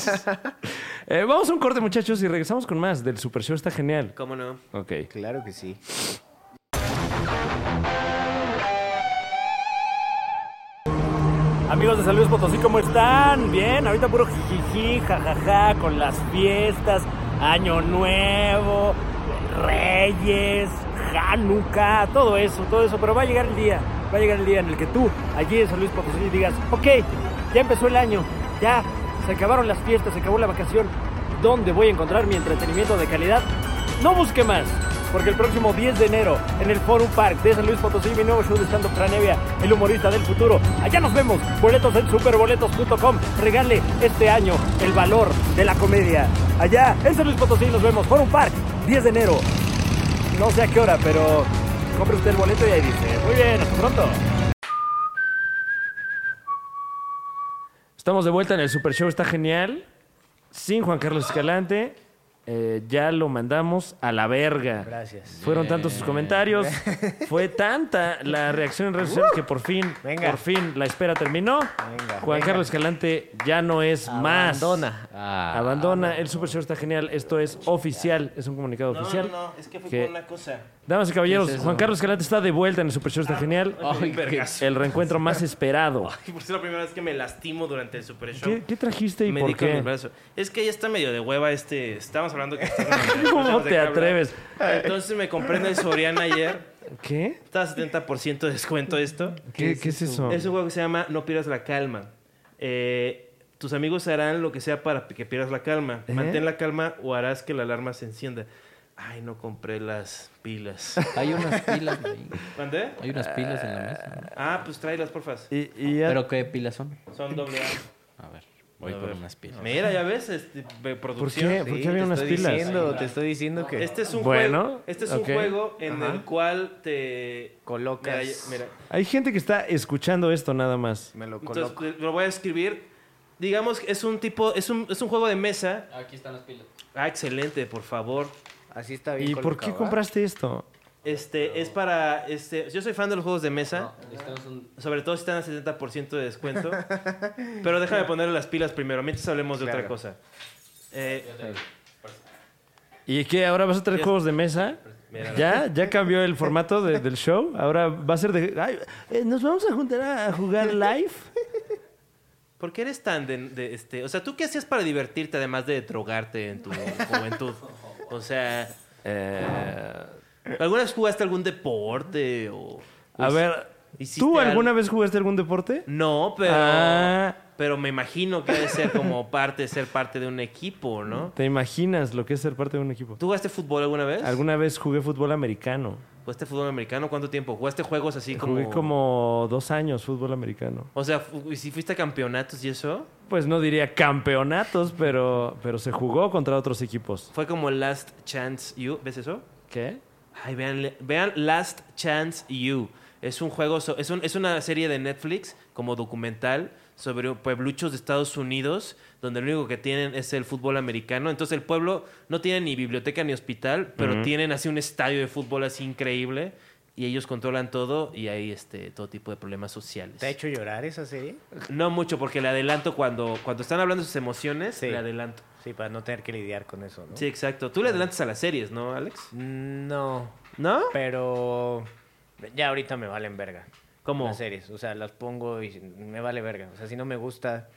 S2: Eh, vamos a un corte, muchachos, y regresamos con más del Super Show. Está genial.
S1: ¿Cómo no?
S2: Ok.
S3: Claro que sí.
S5: Amigos de Saludos Potosí, ¿cómo están? Bien, ahorita puro jijiji, jajaja, con las fiestas, Año Nuevo, Reyes, Hanukkah, todo eso, todo eso. Pero va a llegar el día, va a llegar el día en el que tú, allí en San Luis Potosí, digas, ok, ya empezó el año, ya se acabaron las fiestas, se acabó la vacación. ¿Dónde voy a encontrar mi entretenimiento de calidad? No busque más. Porque el próximo 10 de enero, en el Forum Park de San Luis Potosí, mi nuevo show de stand-up Franevia, el humorista del futuro. Allá nos vemos. Boletos en superboletos.com. Regale este año el valor de la comedia. Allá, en San Luis Potosí, nos vemos. Forum Park, 10 de enero. No sé a qué hora, pero compre usted el boleto y ahí dice. Muy bien, hasta pronto.
S2: Estamos de vuelta en el Super Show, está genial. Sin Juan Carlos Escalante, eh, ya lo mandamos a la verga.
S3: Gracias.
S2: Fueron tantos sus comentarios, fue tanta la reacción en redes sociales que por fin,
S3: Venga.
S2: por fin la espera terminó.
S3: Venga,
S2: Juan
S3: venga.
S2: Carlos Escalante ya no es más.
S3: Abandona.
S4: Ah,
S2: Abandona, el Super Show está genial, esto es oficial, es un comunicado oficial.
S1: es que fue
S2: ¿Qué? por una
S1: cosa.
S2: Damas y caballeros,
S4: ¿Qué es eso?
S2: Juan Carlos Escalante está de vuelta en el Super Show está genial.
S4: ay, qué-
S2: El reencuentro más esperado.
S1: Por ser la primera vez que me lastimo durante el super show.
S2: ¿Qué, qué trajiste y
S1: me
S2: por
S1: di con mi
S2: qué?
S1: brazo. Es que ya está medio de hueva este. Estábamos hablando que.
S2: ¿Cómo te atreves?
S1: Entonces me compré en el Soriana ayer.
S2: ¿Qué?
S1: Estaba a 70% de descuento esto.
S2: ¿Qué, qué es eso?
S1: Es un juego que se llama No pierdas la calma. Eh, tus amigos harán lo que sea para que pierdas la calma.
S2: ¿Eh?
S1: Mantén la calma o harás que la alarma se encienda. Ay, no compré las pilas.
S4: Hay unas pilas ahí.
S1: ¿Mandé?
S4: Hay unas pilas en la mesa.
S1: Ah, pues tráelas, porfas.
S2: Y, y ya-
S4: ¿Pero qué pilas son?
S1: Son doble A.
S4: A ver, voy
S1: A
S4: por
S1: ver.
S4: unas pilas.
S1: Mira, ya ves, este, de
S2: ¿por,
S1: producción.
S2: qué, ¿por qué había
S3: te
S2: unas
S3: estoy
S2: pilas?
S3: Diciendo, te estoy diciendo que
S1: Este es un
S2: Bueno,
S1: juego. Este es un
S2: ok.
S1: juego en el cual te Mira,
S3: colocas.
S1: mira.
S2: Hay gente que está escuchando esto nada más.
S3: me lo
S1: Entonces,
S3: coloco.
S1: te- lo voy a escribir. Digamos que es un tipo, es un, es un juego de mesa.
S4: Aquí están las pilas.
S1: Ah, excelente, por favor.
S3: Así está bien.
S2: ¿Y por qué
S3: colocado, ¿ah?
S2: compraste esto?
S1: Este, es para, este, yo soy fan de los juegos de mesa, sobre todo si están a 70% de descuento, pero déjame ponerle las pilas primero, mientras hablemos de otra
S3: Claro.
S1: cosa. Eh,
S2: ¿Y qué? ¿Ahora vas a traer
S1: Ya-
S2: juegos de mesa?
S1: mira,
S2: ¿Ya? ¿Ya cambió el formato de- del show? Ahora va a ser de... Ay, eh, ¿Nos vamos a juntar a a jugar live?
S1: ¿por qué eres tan de, de, este, o sea, tú qué hacías para divertirte además de drogarte en tu juventud? O sea,
S2: Eh,
S1: ¿alguna vez jugaste algún deporte o
S2: a ver,
S1: hiciste
S2: ¿tú alguna
S1: algo?
S2: vez jugaste algún deporte?
S1: No, pero
S2: Ah.
S1: pero me imagino que debe ser como parte ser parte de un equipo, ¿no?
S2: ¿Te imaginas lo que es ser parte de un equipo?
S1: ¿Tú jugaste fútbol alguna vez?
S2: Alguna vez jugué fútbol americano.
S1: ¿Jugaste fútbol americano? ¿Cuánto tiempo? ¿Jugaste juegos así como.?
S2: Jugué como dos años fútbol americano.
S1: O sea, fu- ¿y si fuiste a campeonatos y eso?
S2: Pues no diría campeonatos, pero, pero se jugó contra otros equipos.
S1: Fue como Last Chance You. ¿Ves eso?
S2: ¿Qué?
S1: Ay, vean, vean Last Chance You. Es un juego, so- es, un- es una serie de Netflix como documental sobre puebluchos de Estados Unidos, donde lo único que tienen es el fútbol americano. Entonces el pueblo no tiene ni biblioteca ni hospital, pero tienen así un estadio de fútbol así increíble y ellos controlan todo y hay este todo tipo de problemas sociales.
S3: ¿Te ha hecho llorar esa serie?
S1: No mucho, porque le adelanto cuando, cuando están hablando de sus emociones,
S3: Sí.
S1: le adelanto.
S3: Sí, para no tener que lidiar con eso, ¿no?
S1: Sí, exacto. Tú le adelantas a las series, ¿no, Alex?
S3: No,
S1: ¿No?
S3: pero ya ahorita me valen verga.
S1: ¿Cómo?
S3: Las series, o sea, las pongo y me vale verga. O sea, si no me gusta,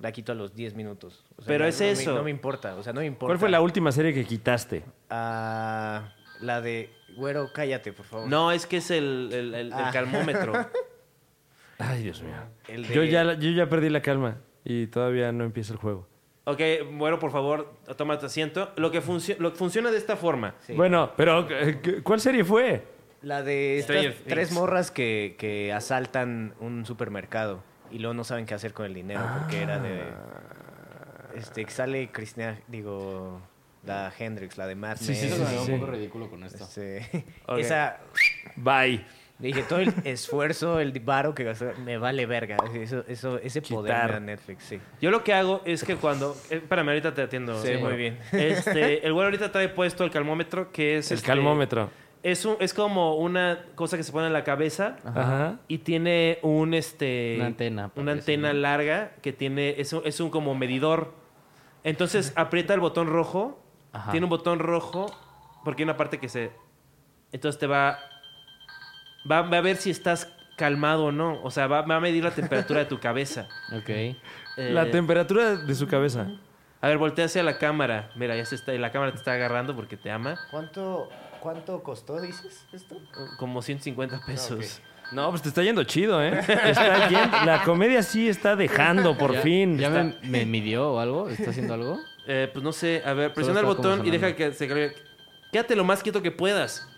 S3: la quito a los 10 minutos. O sea,
S1: Pero
S3: no-
S1: es
S3: no me-
S1: eso.
S3: no me importa, o sea, no me importa.
S2: ¿Cuál fue la última serie que quitaste?
S3: Ah, la de, güero, cállate, por favor.
S1: No, es que es el, el- el- el
S3: Ah.
S1: calmómetro.
S2: Ay, Dios mío.
S3: El de-
S2: Yo ya, la- yo ya perdí la calma y todavía no empieza el juego.
S1: ok, bueno, por favor, toma tu asiento. Lo que, funcio- lo que funciona de esta forma.
S3: Sí.
S2: Bueno, pero eh, ¿cuál serie fue?
S3: La de estas
S1: Stranger Things.
S3: tres morras que, que asaltan un supermercado y luego no saben qué hacer con el dinero porque era de...
S2: Ah.
S3: Este, que sale Cristina, digo, la Hendrix, la de Mad
S2: Sí, sí,
S3: Men.
S2: sí,
S4: Eso se me ve
S2: sí.
S4: un poco ridículo con esto.
S3: Este,
S1: Ok.
S3: Esa,
S2: Bye.
S3: dije, todo el esfuerzo, el varo que gastó, me vale verga. Eso, eso, ese poder
S2: Quitar.
S3: me da Netflix, sí.
S1: Yo lo que hago es que cuando... eh, Espérame, ahorita te atiendo.
S3: Sí,
S1: güero.
S3: muy bien.
S1: Este, el güero ahorita trae puesto el calmómetro, que es...
S2: El
S1: este,
S2: calmómetro.
S1: Es, un- es como una cosa que se pone en la cabeza
S2: Ajá.
S1: y tiene un este
S4: Una antena,
S1: una
S4: parece,
S1: antena
S4: ¿no?
S1: larga que tiene es un, es un como medidor entonces aprieta el botón rojo
S4: Ajá.
S1: tiene un botón rojo porque hay una parte que se entonces te va va, va a ver si estás calmado o no o sea va, va a medir la temperatura de tu cabeza
S4: Ok.
S1: Eh,
S2: La temperatura de su cabeza.
S1: a ver voltea hacia la cámara mira ya se está la cámara te está agarrando porque te ama
S3: ¿Cuánto, ¿Cuánto costó, dices, esto?
S1: como 150 pesos
S2: No, pues te está yendo chido, ¿eh? Está yen- La comedia sí está dejando, por
S4: Ya-
S2: fin.
S4: ¿Ya
S2: Está-
S4: me, me midió o algo? ¿Está haciendo algo?
S1: Eh, pues no sé, a ver, presiona el
S4: Solo está
S1: botón
S4: como
S1: y deja
S4: sonando.
S1: que se cargue. Quédate lo más quieto que puedas.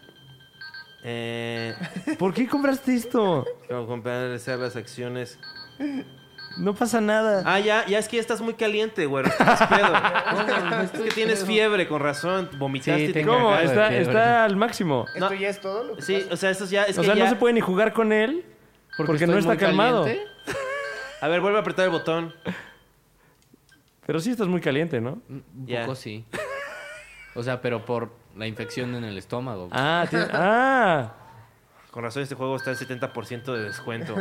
S1: Eh,
S2: ¿Por qué compraste esto?
S1: vamos a compensar las acciones.
S2: No pasa nada.
S1: Ah, ya, ya es que ya estás muy caliente, güero. Estás pedo. es que tienes fiebre, con razón. Vomitaste.
S4: Sí,
S1: y te
S4: tengo-
S1: cagas.
S2: ¿Cómo?
S4: cagado de
S2: Está,
S4: fiebre.
S2: está al máximo.
S1: No.
S3: ya es todo lo
S1: Sí, o sea, esto ya es
S2: o
S1: que
S2: sea, no
S1: ya-
S2: se puede ni jugar con él porque, no
S4: estoy
S2: está
S4: muy
S2: calmado.
S4: caliente.
S1: A ver, vuelve a apretar el botón.
S2: Pero sí estás muy caliente, ¿no?
S4: Un
S1: Ya.
S4: poco sí. O sea, pero por la infección en el estómago.
S2: Ah, tiene- ah.
S1: Con razón, este juego está al 70% de descuento.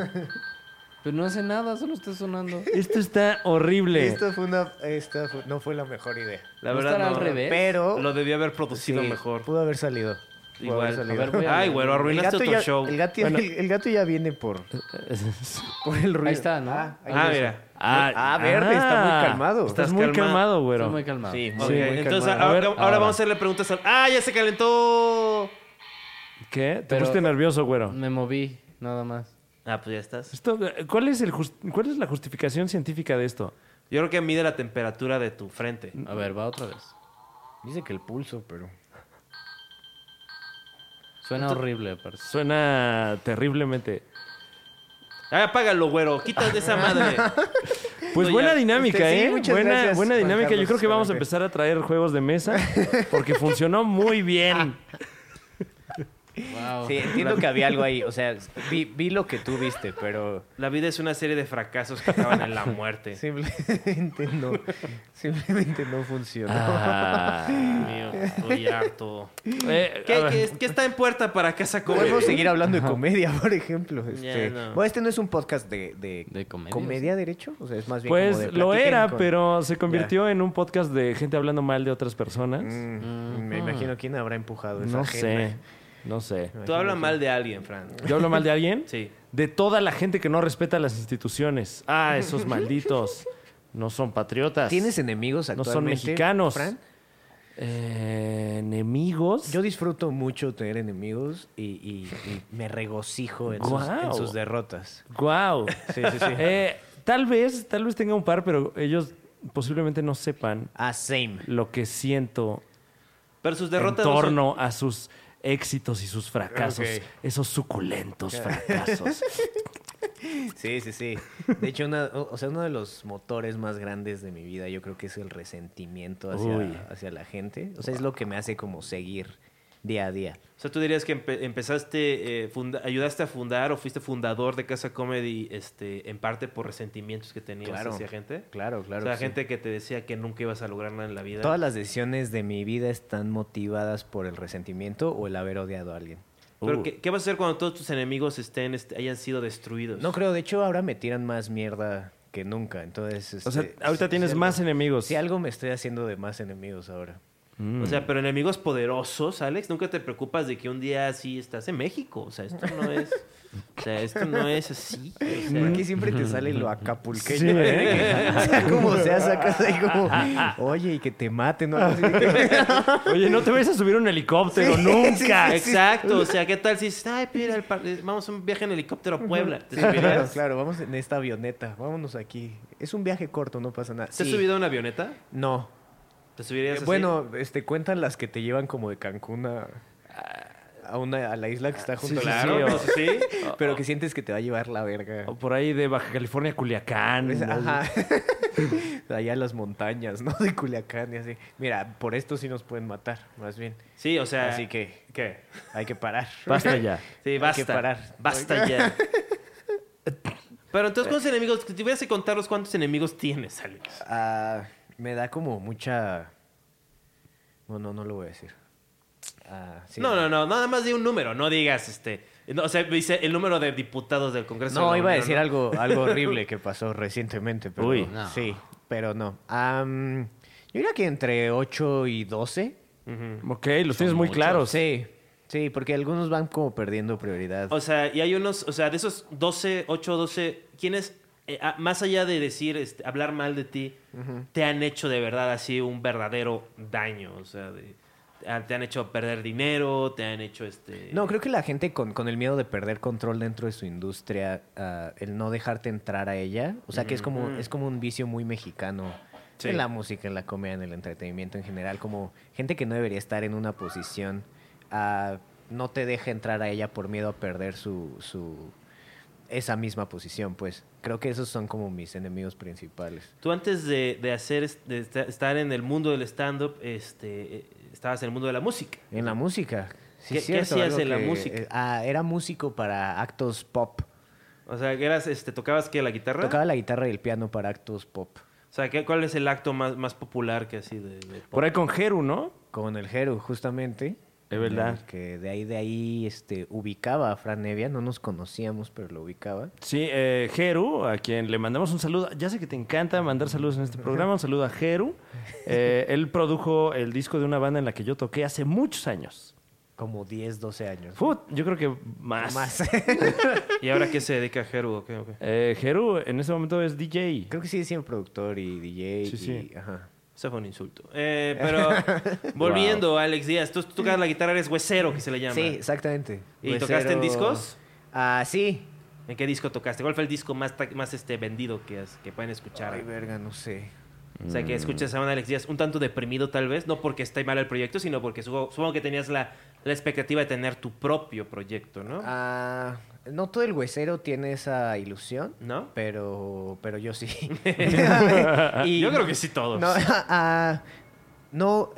S4: Pero no hace nada, solo está sonando.
S2: Esto está horrible.
S3: Esto fue una, esta fue- no fue la mejor idea.
S1: La
S4: ¿No
S1: verdad,
S4: estará
S1: no.
S4: al revés?
S3: Pero...
S1: Lo debía haber producido
S3: Sí,
S1: mejor.
S3: Pudo haber salido. Pudo haber
S1: Igual.
S3: salido.
S4: A ver, voy a-
S1: Ay, güero,
S3: el,
S1: arruinaste
S3: gato
S1: otro
S3: ya,
S1: show.
S3: el gato ya- el gato ya viene por, por el ruido.
S4: Ahí está, ¿no?
S3: Ah, ahí
S1: Ah,
S3: está.
S1: mira.
S3: Ah, verde, está muy calmado.
S2: Estás,
S1: Estás
S2: muy
S1: calmado.
S2: calmado, güero.
S4: Estoy muy calmado.
S3: Sí,
S1: Ok,
S3: muy
S1: entonces
S3: calmado.
S1: ahora,
S2: A ver,
S1: ahora
S2: ahora.
S1: vamos a hacerle preguntas al... ¡Ah, ya se calentó!
S2: ¿Qué? Te
S4: Pero- Mm.
S2: pusiste nervioso, güero.
S4: Me moví, nada más.
S1: Ah, pues ya estás.
S2: Esto, ¿cuál, es el jus- ¿Cuál es la justificación científica de esto?
S1: Yo creo que mide la temperatura de tu frente.
S4: A ver, va otra vez.
S3: Dice que el pulso, pero...
S4: Suena horrible, aparte.
S2: Suena terriblemente.
S1: Ah, apágalo, güero. Quítate esa madre.
S2: Pues
S1: No,
S2: buena
S1: ya.
S2: dinámica,
S3: Este, sí,
S2: ¿eh?
S3: muchas
S2: buena,
S3: gracias,
S2: buena
S3: Juan
S2: dinámica. Yo
S3: Carlos,
S2: creo que vamos a
S3: realmente.
S2: empezar a traer juegos de mesa porque funcionó muy bien.
S4: Wow.
S3: Sí, entiendo que había algo ahí. O sea, vi, vi lo que tú viste, pero...
S1: La vida es una serie de fracasos que acaban en la muerte.
S3: Simplemente no. Simplemente no funcionó.
S2: Ah.
S1: Mío, estoy harto.
S2: Eh, a
S1: ¿Qué,
S2: ver.
S1: qué- qué está en puerta para casa comer?
S3: Podemos seguir hablando de comedia, por ejemplo. Este,
S1: no.
S3: Bueno, este no es un podcast de, de,
S4: De comedia.
S3: comedia derecho. O sea, es más bien como de
S2: Pues lo
S3: platiquen
S2: era,
S3: con-
S2: pero se convirtió en un podcast de gente hablando mal de otras personas.
S3: Mm, pues Me imagino quién habrá empujado esa
S2: no
S3: agenda.
S2: sé, no sé.
S1: Tú hablas mal de alguien, Fran.
S2: ¿Yo hablo mal de alguien?
S1: Sí.
S2: De toda la gente que no respeta las instituciones. Ah, esos malditos. No son patriotas.
S3: ¿Tienes enemigos
S2: No son
S3: actualmente?
S2: mexicanos.
S3: Fran?
S2: Eh, enemigos.
S3: Yo disfruto mucho tener enemigos y, y- y me regocijo en, sus,
S2: Guau. Eh.
S3: en sus derrotas.
S2: Wow.
S3: Sí, sí, sí.
S2: tal vez, tal vez tenga un par, pero ellos posiblemente no sepan
S3: Ah, same.
S2: lo que siento
S1: Pero sus derrotas...
S2: en
S1: no son-
S2: torno a sus éxitos y sus fracasos.
S3: Ok.
S2: Esos suculentos fracasos.
S3: Sí, sí, sí. De hecho, una- o o sea, uno de los motores más grandes de mi vida yo creo que es el resentimiento
S2: Uy.
S3: hacia, hacia la gente. O sea, es lo que me hace como seguir día a día.
S1: O sea, tú dirías que empe- empezaste, eh, funda- ayudaste a fundar o fuiste fundador de Casa Comedy este, en parte por resentimientos que tenías
S3: Claro.
S1: hacia gente.
S3: Claro, claro.
S1: o sea,
S3: que sí.
S1: gente que te decía que nunca ibas a lograr nada en la vida.
S3: Todas las decisiones de mi vida están motivadas por el resentimiento o el haber odiado a alguien.
S1: Pero,
S2: Uh.
S1: ¿qué, qué vas a hacer cuando todos tus enemigos estén, este, hayan sido destruidos?
S3: No creo, de hecho ahora me tiran más mierda que nunca. Entonces,
S2: O sea,
S3: este,
S2: ahorita
S3: si-
S2: tienes
S3: si
S2: más
S3: algo-
S2: enemigos.
S3: Si algo me estoy haciendo de más enemigos ahora.
S1: O
S3: Mm.
S1: sea, pero enemigos poderosos, Alex, nunca te preocupas de que un día así estás en México. O sea, esto no es. O sea, esto no es así. o sea.
S3: Porque siempre te sale lo acapulqueño.
S2: Sí,
S1: ¿eh?
S3: o sea, como sea, sacas ahí como, oye, y que te maten. ¿no? Así que-
S2: Oye, no te vayas a subir a un helicóptero nunca.
S1: Ah, Exacto, o sea, ¿qué tal si dices, ay, mira, el par- eh, vamos a un viaje en helicóptero a Puebla? ¿Te
S3: claro,
S1: subirías?
S3: claro, vamos en esta avioneta, vámonos aquí. Es un viaje corto, no pasa nada.
S1: ¿Te has
S3: Sí.
S1: subido a una avioneta?
S3: No.
S1: ¿Te subirías
S3: Eh,
S1: así?
S3: Bueno, este, cuentan las que te llevan como de Cancún a, a una, a la isla que está junto
S2: sí,
S3: a la
S1: claro,
S2: sí, o-
S1: pues, sí. Oh,
S3: Pero que sientes que te va a llevar la verga.
S2: O por ahí de Baja California a Culiacán.
S3: Es-
S2: ¿no?
S3: Pues, Ajá. Allá en las montañas, ¿no? De Culiacán y así. Mira, por esto sí nos pueden matar, más bien.
S1: Sí, o sea,
S3: Así que, ¿qué? Hay que parar.
S2: Basta ya.
S1: sí,
S3: hay
S1: basta.
S3: que parar.
S1: Basta ya. Pero entonces, ¿cuántos enemigos? Si tuvieras que contarlos, ¿cuántos enemigos tienes, Alex?
S3: Ah, me da como mucha. Bueno, no, no lo voy a decir. Ah, sí.
S1: No, no, no, nada más di un número, no digas este. no, o sea, dice el número de diputados del Congreso. de
S3: No,
S1: la
S3: iba a
S1: Unión,
S3: decir
S1: ¿no?
S3: algo, algo horrible que pasó recientemente. Pero,
S2: Uy.
S4: No.
S3: Sí, pero no. Am, yo diría que entre 8 y 12.
S2: Mm. Ok, los tienes muy
S4: muchos.
S2: claros.
S3: Sí, sí, porque algunos van como perdiendo prioridad.
S1: O sea, y hay unos, o sea, de esos 12, 8, 12, ¿quiénes, eh, ah, más allá de decir, este, hablar mal de ti, te han hecho de verdad así un verdadero daño? O sea, de- ah, te han hecho perder dinero, te han hecho este...
S3: No, creo que la gente con, con el miedo de perder control dentro de su industria, ah, el no dejarte entrar a ella, o sea que es como, es como un vicio muy mexicano
S1: Sí.
S3: en la música, en la comedia, en el entretenimiento en general, como gente que no debería estar en una posición, ah, no te deja entrar a ella por miedo a perder su, su esa misma posición, pues creo que esos son como mis enemigos principales.
S1: Tú antes de, de hacer, es- de esta- estar en el mundo del stand-up, este, eh, estabas en el mundo de la música.
S3: En la música.
S1: ¿Qué-
S3: Sí,
S1: qué
S3: es cierto,
S1: hacías
S3: algo
S1: en la
S3: que-
S1: música?
S3: eh, ah, era músico para actos pop.
S1: O sea, que eras, este, ¿tocabas qué, la guitarra?
S3: Tocaba la guitarra y el piano para actos pop.
S1: O sea, ¿qué- ¿cuál es el acto más, más popular que así de... de-
S2: Por ahí con Jeru, ¿no?
S3: Con el Jero, justamente.
S2: Es verdad.
S3: El Que de ahí, de ahí, este, ubicaba a Fran Nevia. No nos conocíamos, pero lo ubicaba.
S2: Sí, eh, Jeru, a quien le mandamos un saludo. Ya sé que te encanta mandar saludos en este programa. Un saludo a Jeru. Eh, él produjo el disco de una banda en la que yo toqué hace muchos años.
S3: Como 10, 12 años.
S2: Fut, yo creo que más.
S3: Más.
S1: ¿Y ahora qué se dedica Jeru? o qué, o qué?
S2: Eh, Jeru, en este momento es DJ.
S3: Creo que sigue siendo productor y DJ.
S2: Sí, sí.
S3: y- ajá.
S1: Ese fue un insulto. Eh, pero volviendo, Alex Díaz, tú tocas la guitarra, eres huesero, que se le llama.
S3: Sí, exactamente.
S1: ¿Y tocaste en discos?
S3: Ah, sí.
S1: ¿En qué disco tocaste? ¿Cuál fue el disco más, ta- más este, vendido que, has- que pueden escuchar?
S3: Ay, verga, no sé.
S1: o sea, que escuchas a un Alex Díaz un tanto deprimido tal vez, no porque esté mal el proyecto, sino porque supongo, supongo que tenías la, la expectativa de tener tu propio proyecto, ¿no?
S3: Ah, no todo el huesero tiene esa ilusión.
S1: ¿No?
S3: Pero, pero yo sí.
S1: Yo creo que sí todos.
S3: No, ah, no,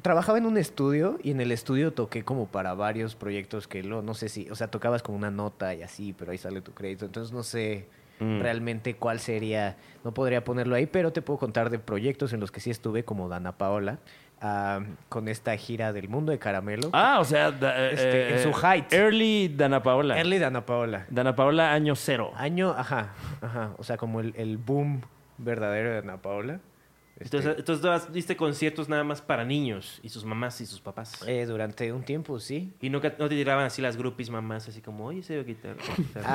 S3: trabajaba en un estudio y en el estudio toqué como para varios proyectos que lo, no sé si, o sea, tocabas con una nota y así, pero ahí sale tu crédito. Entonces no sé
S2: Mm.
S3: realmente cuál sería, no podría ponerlo ahí, pero te puedo contar de proyectos en los que sí estuve, como Dana Paola, ah, con esta gira del mundo de caramelo.
S2: Ah, o sea, da-
S3: Este,
S2: eh,
S3: en su height.
S2: Early Dana Paola.
S3: Early Dana Paola.
S2: Dana Paola año cero.
S3: Año, ajá, ajá, o sea, como el, el boom verdadero de Dana Paola. Este,
S1: Entonces, entonces dabas- diste conciertos nada más para niños y sus mamás y sus papás.
S3: eh, durante un tiempo, sí.
S1: Y nunca, no te tiraban así las groupies mamás, así como, oye, se ve guitarra.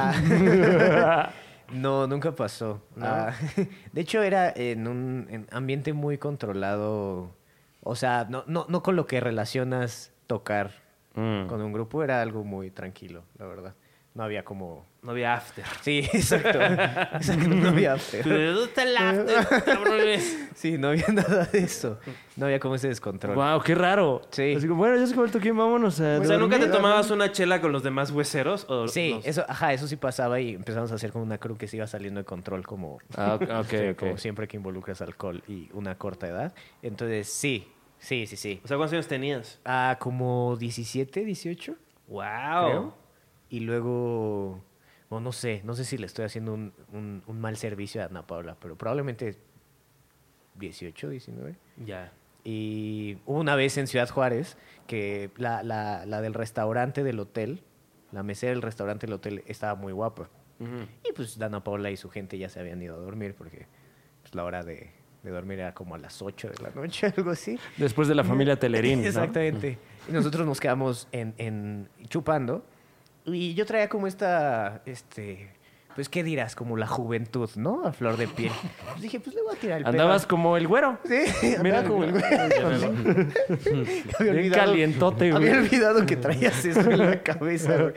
S3: Ah. no, nunca pasó. Ah, de hecho, era en un en ambiente muy controlado. O sea, no, no, no con lo que relacionas tocar
S2: Mm.
S3: con un grupo, era algo muy tranquilo, la verdad. No había como.
S1: No había after.
S3: Sí, exacto. Exacto, no había.
S1: ¿De dónde está el after, cabrones?
S3: Sí, no había nada de eso. No había como ese descontrol.
S2: Wow, qué raro.
S3: Sí.
S2: Así como, bueno, ya sé cuál toqué, vámonos a
S1: O sea, ¿nunca te
S2: dormir.
S1: tomabas una chela con los demás hueseros? O
S3: Sí,
S1: los-
S3: eso, ajá, eso sí pasaba y empezamos a hacer como una crew que se iba saliendo de control como
S2: Ah, ok, ok,
S3: Sí,
S2: ok.
S3: como siempre que involucras alcohol y una corta edad. Entonces, sí, sí, sí, sí.
S1: O sea, ¿cuántos años tenías?
S3: Ah, como 17, 18,
S1: ¡Wow!
S3: creo. Y luego, bueno, no sé, no sé si le estoy haciendo un, un- un mal servicio a Ana Paula, pero probablemente 18, 19.
S1: Ya.
S3: Y hubo una vez en Ciudad Juárez que la, la- la del restaurante del hotel, la mesera del restaurante del hotel estaba muy guapa. Y pues Dana Paula y su gente ya se habían ido a dormir porque pues, la hora de, de dormir era como a las 8 de la noche, algo así.
S2: Después de la familia Telerín. ¿no?
S3: Exactamente. Y nosotros nos quedamos en, en- chupando. Y yo traía como esta, este, pues, ¿qué dirás? Como la juventud, ¿no? A flor de piel. Pues dije, pues le voy a tirar el pedo.
S2: Andabas como el güero.
S3: Sí,
S2: Mira,
S3: andaba como el güey. Había
S2: Bien
S3: olvidado-
S2: calientote, güey.
S3: Había olvidado que traías eso en la cabeza, güey.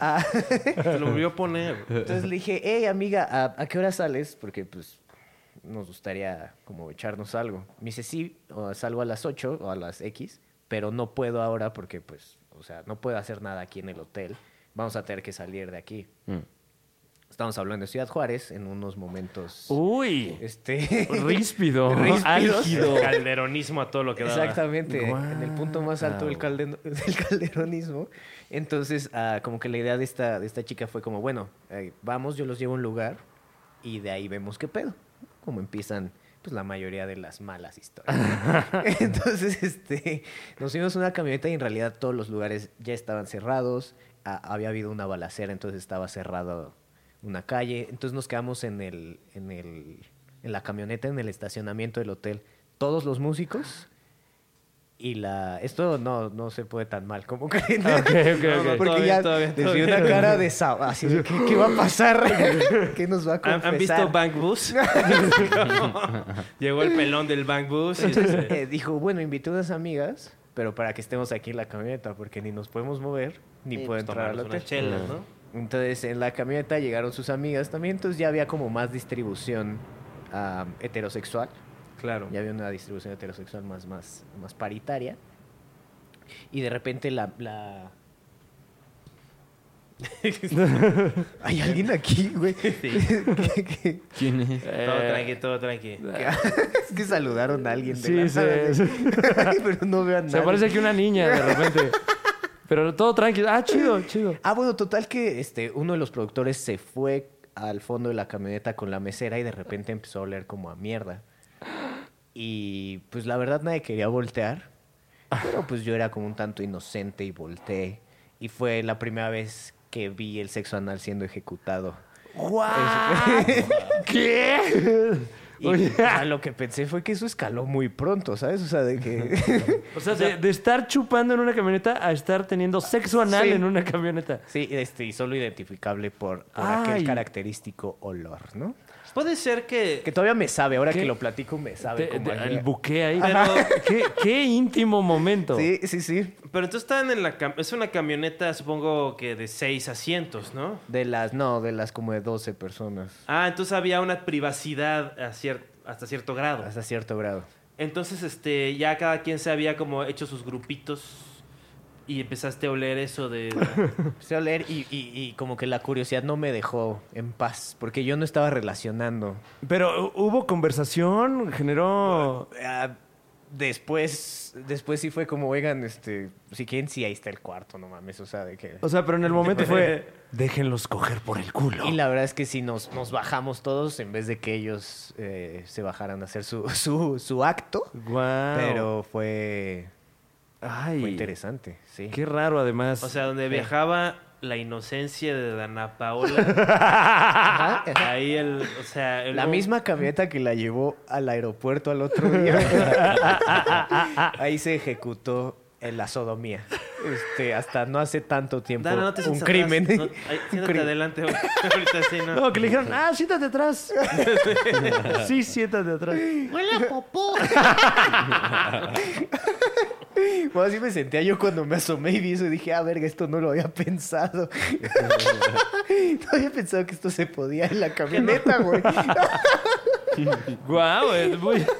S3: Ah,
S1: Te lo volvió a poner.
S3: entonces le dije, hey, amiga, ¿a, a qué hora sales? Porque, pues, nos gustaría como echarnos algo. Me dice, sí, o salgo a las 8 o a las X, pero no puedo ahora porque, pues, o sea, no puedo hacer nada aquí en el hotel. Vamos a tener que salir de aquí.
S2: Mm.
S3: Estamos hablando de Ciudad Juárez en unos momentos...
S2: Uy.
S3: Este...
S2: Ríspido.
S3: Ríspidos.
S2: Álgido.
S1: Calderonismo a todo lo que daba.
S3: Exactamente,
S2: Guau.
S3: en el punto más alto del, calden- del calderonismo. Entonces, ah, como que la idea de esta, de esta chica fue como, bueno, eh, vamos, yo los llevo a un lugar y de ahí vemos qué pedo. Como empiezan pues la mayoría de las malas historias. Entonces, este, nos fuimos a una camioneta y en realidad todos los lugares ya estaban cerrados. Ah, había habido una balacera, entonces estaba cerrado una calle. Entonces nos quedamos en el, en el, en la camioneta, en el estacionamiento del hotel. Todos los músicos y la... Esto no, no se puede tan mal como creen.
S2: ok, ok.
S3: Porque
S1: Todo bien,
S3: ya
S1: todo bien, todo
S3: les vi
S1: bien.
S3: una cara de... sao- Así de, ¿qué, qué va a pasar? ¿Qué nos va a
S1: ¿Han,
S3: confesar?
S1: han visto Bank Bus? Llegó el pelón del Bank Bus. este, y-
S3: Eh, dijo, bueno, invité unas amigas, pero para que estemos aquí en la camioneta, porque ni nos podemos mover, ni puedo
S1: pues,
S3: entrar al
S1: tomarnos
S3: hotel.
S1: unas chelas, ¿no?
S3: Entonces, en la camioneta llegaron sus amigas también, entonces ya había como más distribución ah, heterosexual.
S1: Claro.
S3: Ya había una distribución heterosexual más, más, más paritaria. Y de repente la... la- ¿Hay alguien aquí, güey? Que- que-
S4: ¿Quién es?
S1: Todo
S3: Eh,
S1: tranqui, todo tranqui.
S3: es que saludaron a alguien. de
S2: Sí,
S3: la
S2: sí,
S3: nada,
S2: sí.
S3: güey. pero no vean
S2: Se
S3: nada.
S2: parece que una niña de repente. Pero todo tranquilo. Ah, chido, chido.
S3: Ah, bueno, total que este, uno de los productores se fue al fondo de la camioneta con la mesera y de repente empezó a oler como a mierda. Y pues la verdad nadie quería voltear, pero pues yo era como un tanto inocente y volteé. Y fue la primera vez que vi el sexo anal siendo ejecutado.
S2: Este, ¿Qué?
S3: Y o sea, lo que pensé fue que eso escaló muy pronto, ¿sabes? O sea, de que...
S2: O sea, de, de estar chupando en una camioneta a estar teniendo sexo anal
S3: Sí.
S2: en una camioneta.
S3: sí, este, y solo identificable por, por
S2: Ay.
S3: aquel característico olor, ¿no?
S1: Puede ser que...
S3: Que todavía me sabe, ahora
S2: ¿Qué?
S3: que lo platico me sabe.
S2: Te-
S3: como
S2: te-
S3: a-
S2: el buque ahí.
S1: Ajá.
S2: Qué, qué íntimo momento.
S3: Sí, sí, sí.
S1: Pero entonces estaban en la... cam- Es una camioneta, supongo que de seis asientos, ¿no?
S3: De las, no, de las como de 12 personas.
S1: Ah, entonces había una privacidad a cier- hasta cierto grado.
S3: Hasta cierto grado.
S1: Entonces, este, ya cada quien se había como hecho sus grupitos y empezaste a oler eso de...
S3: Empecé a leer y, y- y como que la curiosidad no me dejó en paz, porque yo no estaba relacionando.
S2: Pero hu- hubo conversación, generó.
S3: Ah, después, después sí fue como, oigan, este, si quieren, sí, ahí está el cuarto, no mames, o sea, de que...
S2: O sea, pero en el momento fue. Déjenlos coger por el culo.
S3: Y la verdad es que si nos, nos bajamos todos en vez de que ellos eh, se bajaran a hacer su, su, su acto,
S2: Guau.
S3: pero fue,
S2: Ay,
S3: fue interesante, sí.
S2: Qué raro, además.
S1: O sea, donde viajaba la inocencia de Dana Paola.
S3: Ajá, ajá.
S1: Ahí el... O sea... el-
S3: La misma camioneta que la llevó al aeropuerto al otro día. Ahí se ejecutó en la sodomía. Este, hasta no hace tanto tiempo.
S1: Dana, no te
S3: un
S1: sientas
S3: crimen.
S1: atrás. No, ay,
S3: Un
S1: siéntate
S3: crimen.
S1: adelante. Ahorita sí, ¿no?
S2: No, que le dijeron, ah, siétate atrás. sí, siétate atrás.
S3: Bueno, así me sentía yo cuando me asomé y vi eso y dije, ah, verga, esto no lo había pensado. no había pensado que esto se podía en la camioneta, güey.
S2: Guau, es muy...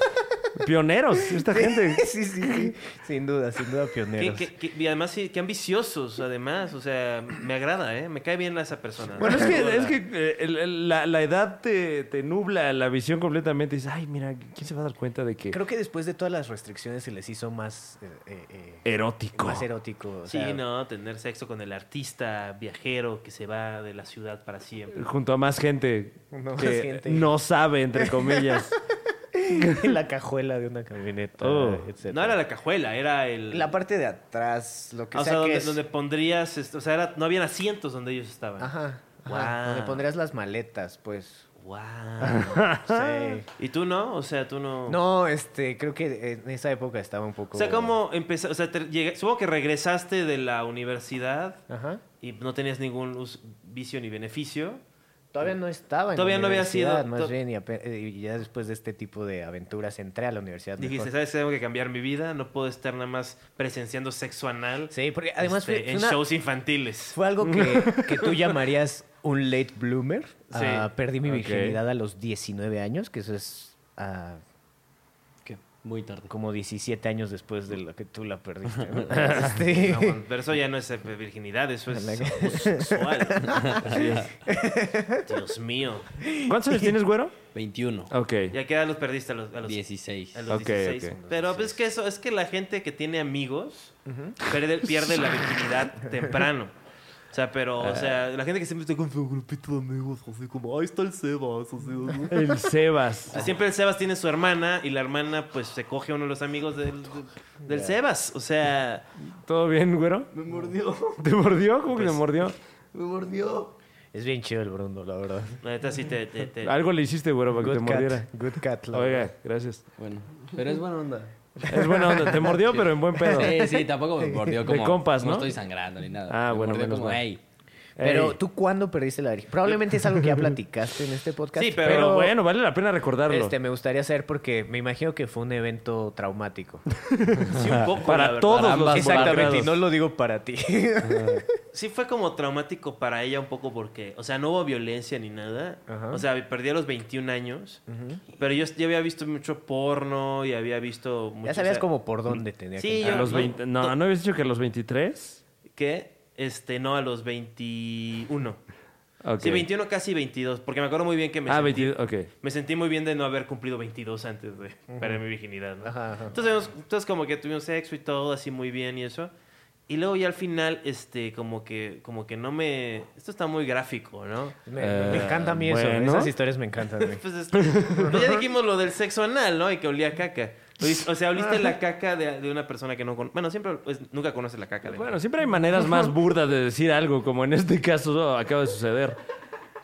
S2: Pioneros, esta gente.
S3: sí, sí, sí. Sin duda, sin duda,
S1: Qué-
S3: pioneros.
S1: qué- qué- y además, sí, qué ambiciosos, además. O sea, me agrada, ¿eh? Me cae bien esa persona.
S2: Bueno, es que, es que eh, el- el- la, la edad te, te nubla la visión completamente. Dices, ay, mira, ¿quién se va a dar cuenta de que
S3: Creo que después de todas las restricciones se les hizo más... eh, eh, eh,
S2: erótico?
S3: Más erótico. o
S1: Sí,
S3: sea,
S1: no, tener sexo con el artista viajero que se va de la ciudad para siempre.
S2: Junto a más gente
S3: Junto a más
S2: que
S3: gente.
S2: no sabe, entre comillas.
S3: En la cajuela de una camioneta,
S2: Oh.
S3: etcétera.
S1: No era la cajuela, era el...
S3: La parte de atrás, lo que
S1: o sea,
S3: sea que
S1: donde,
S3: es.
S1: donde pondrías... esto- O sea, era- no habían asientos donde ellos estaban.
S3: Ajá, Ajá,
S1: Guau.
S3: Donde pondrías las maletas, pues.
S1: Wow.
S3: Sí.
S1: ¿Y tú no? O sea, tú no.
S3: No, este, creo que en esa época estaba un poco.
S1: O sea, ¿cómo empezaste? O sea, te llega- supongo que regresaste de la universidad
S3: Ajá.
S1: y no tenías ningún us- vicio ni beneficio.
S3: Todavía no estaba en
S1: Todavía
S3: la
S1: no había sido-
S3: universidad, Más
S1: to-
S3: bien, y, ape- eh, y ya después de este tipo de aventuras entré a la universidad. mejor.
S1: Dijiste, ¿sabes? qué? Tengo que cambiar mi vida. No puedo estar nada más presenciando sexo anal.
S3: Sí, porque además
S1: este,
S3: fue, fue
S1: en
S3: una-
S1: shows infantiles.
S3: fue algo que, que tú llamarías un late bloomer.
S1: Sí.
S3: Ah, perdí mi
S2: Ok.
S3: virginidad a los 19 años, que eso es ah,
S4: Que muy tarde.
S3: como 17 años después de lo que tú la perdiste. ¿no? Este-
S1: No, bueno, pero eso ya no es eh, virginidad, eso es
S3: Ándale.
S1: abuso sexual. Dios mío.
S2: ¿Cuántos años tienes, güero?
S4: 21.
S2: Ok.
S1: Ya queda los perdiste a los, a los
S4: 16.
S1: a los
S2: Ok,
S1: 16.
S2: ok.
S1: Pero pues, es que eso, es que la gente que tiene amigos pierde, pierde la virginidad temprano. O sea, pero, o
S3: Ah.
S1: sea, la gente que siempre está con su grupito de amigos, así como, ahí está el Sebas, así, ¿no?
S2: El
S1: O
S2: Sebas.
S1: sea, siempre el Sebas tiene su hermana y la hermana, pues, se coge a uno de los amigos del, del- del Sebas. O sea,
S2: ¿Todo bien, güero?
S1: me mordió.
S2: ¿Te mordió? ¿Cómo que
S1: Pues-
S2: te mordió?
S1: Me mordió.
S3: es bien chido el Bruno, la verdad.
S1: La neta sí te- te- te,
S2: Algo le hiciste, güero, para que te
S3: eh, Good
S2: mordiera.
S3: cat, good cat. la
S2: Oiga,
S3: verdad.
S2: gracias.
S4: Bueno, pero es buena onda.
S2: Es buena onda. Te mordió, pero en buen pedo.
S4: Sí, sí, tampoco me mordió
S2: De
S4: como.
S2: compas, ¿no?
S4: No estoy sangrando ni nada.
S2: Ah,
S4: Me
S2: bueno,
S4: mordió
S2: menos
S4: como,
S2: mal.
S4: "Ey".
S3: Pero
S2: Ey.
S3: tú, ¿cuándo perdiste la virginidad? Probablemente es algo que ya platicaste en este podcast.
S1: Sí,
S2: Pero, bueno, vale la pena recordarlo.
S3: Este, me gustaría hacer porque me imagino que fue un evento traumático.
S1: Sí, un poco, la
S2: para
S1: verdad.
S2: todos
S4: Para
S2: los
S4: ambas
S3: Exactamente, y
S2: involucrados.
S3: no lo digo para ti.
S1: Sí fue como traumático para ella un poco porque, o sea, no hubo violencia ni nada.
S3: Ajá.
S1: O sea, perdí a los 21 años, pero yo, yo había visto mucho porno y había visto mucho...
S3: ya
S1: o
S3: sabías
S1: sea,
S3: como por dónde tenía
S1: Sí,
S3: que
S1: yo-
S2: A los
S1: no,
S2: 20 no, ¿no habías dicho que a los 23?
S1: Que, este, no, a los 21.
S2: Ok.
S1: Sí, 21 casi 22, porque me acuerdo muy bien que me
S2: ah,
S1: sentí...
S2: 22, ok.
S1: Me sentí muy bien de no haber cumplido 22 antes de perder mi virginidad. ¿no?
S3: Ajá, ajá.
S1: Entonces, nos- entonces, como que tuvimos sexo y todo así muy bien y eso. Y luego ya al final, este, como que, como que no me... Esto está muy gráfico, ¿no?
S3: Me,
S2: Eh,
S3: me encanta a mí
S2: bueno.
S3: eso. Esas historias me encantan. güey.
S1: Pues es- pues ya dijimos lo del sexo anal, ¿no? Y que olía a caca. Olis- O sea, oliste la caca de, de una persona que no conoce. Bueno, siempre, pues, nunca conoces la caca de
S2: Pues Bueno,
S1: nadie.
S2: siempre hay maneras más burdas de decir algo, como en este caso oh, acaba de suceder.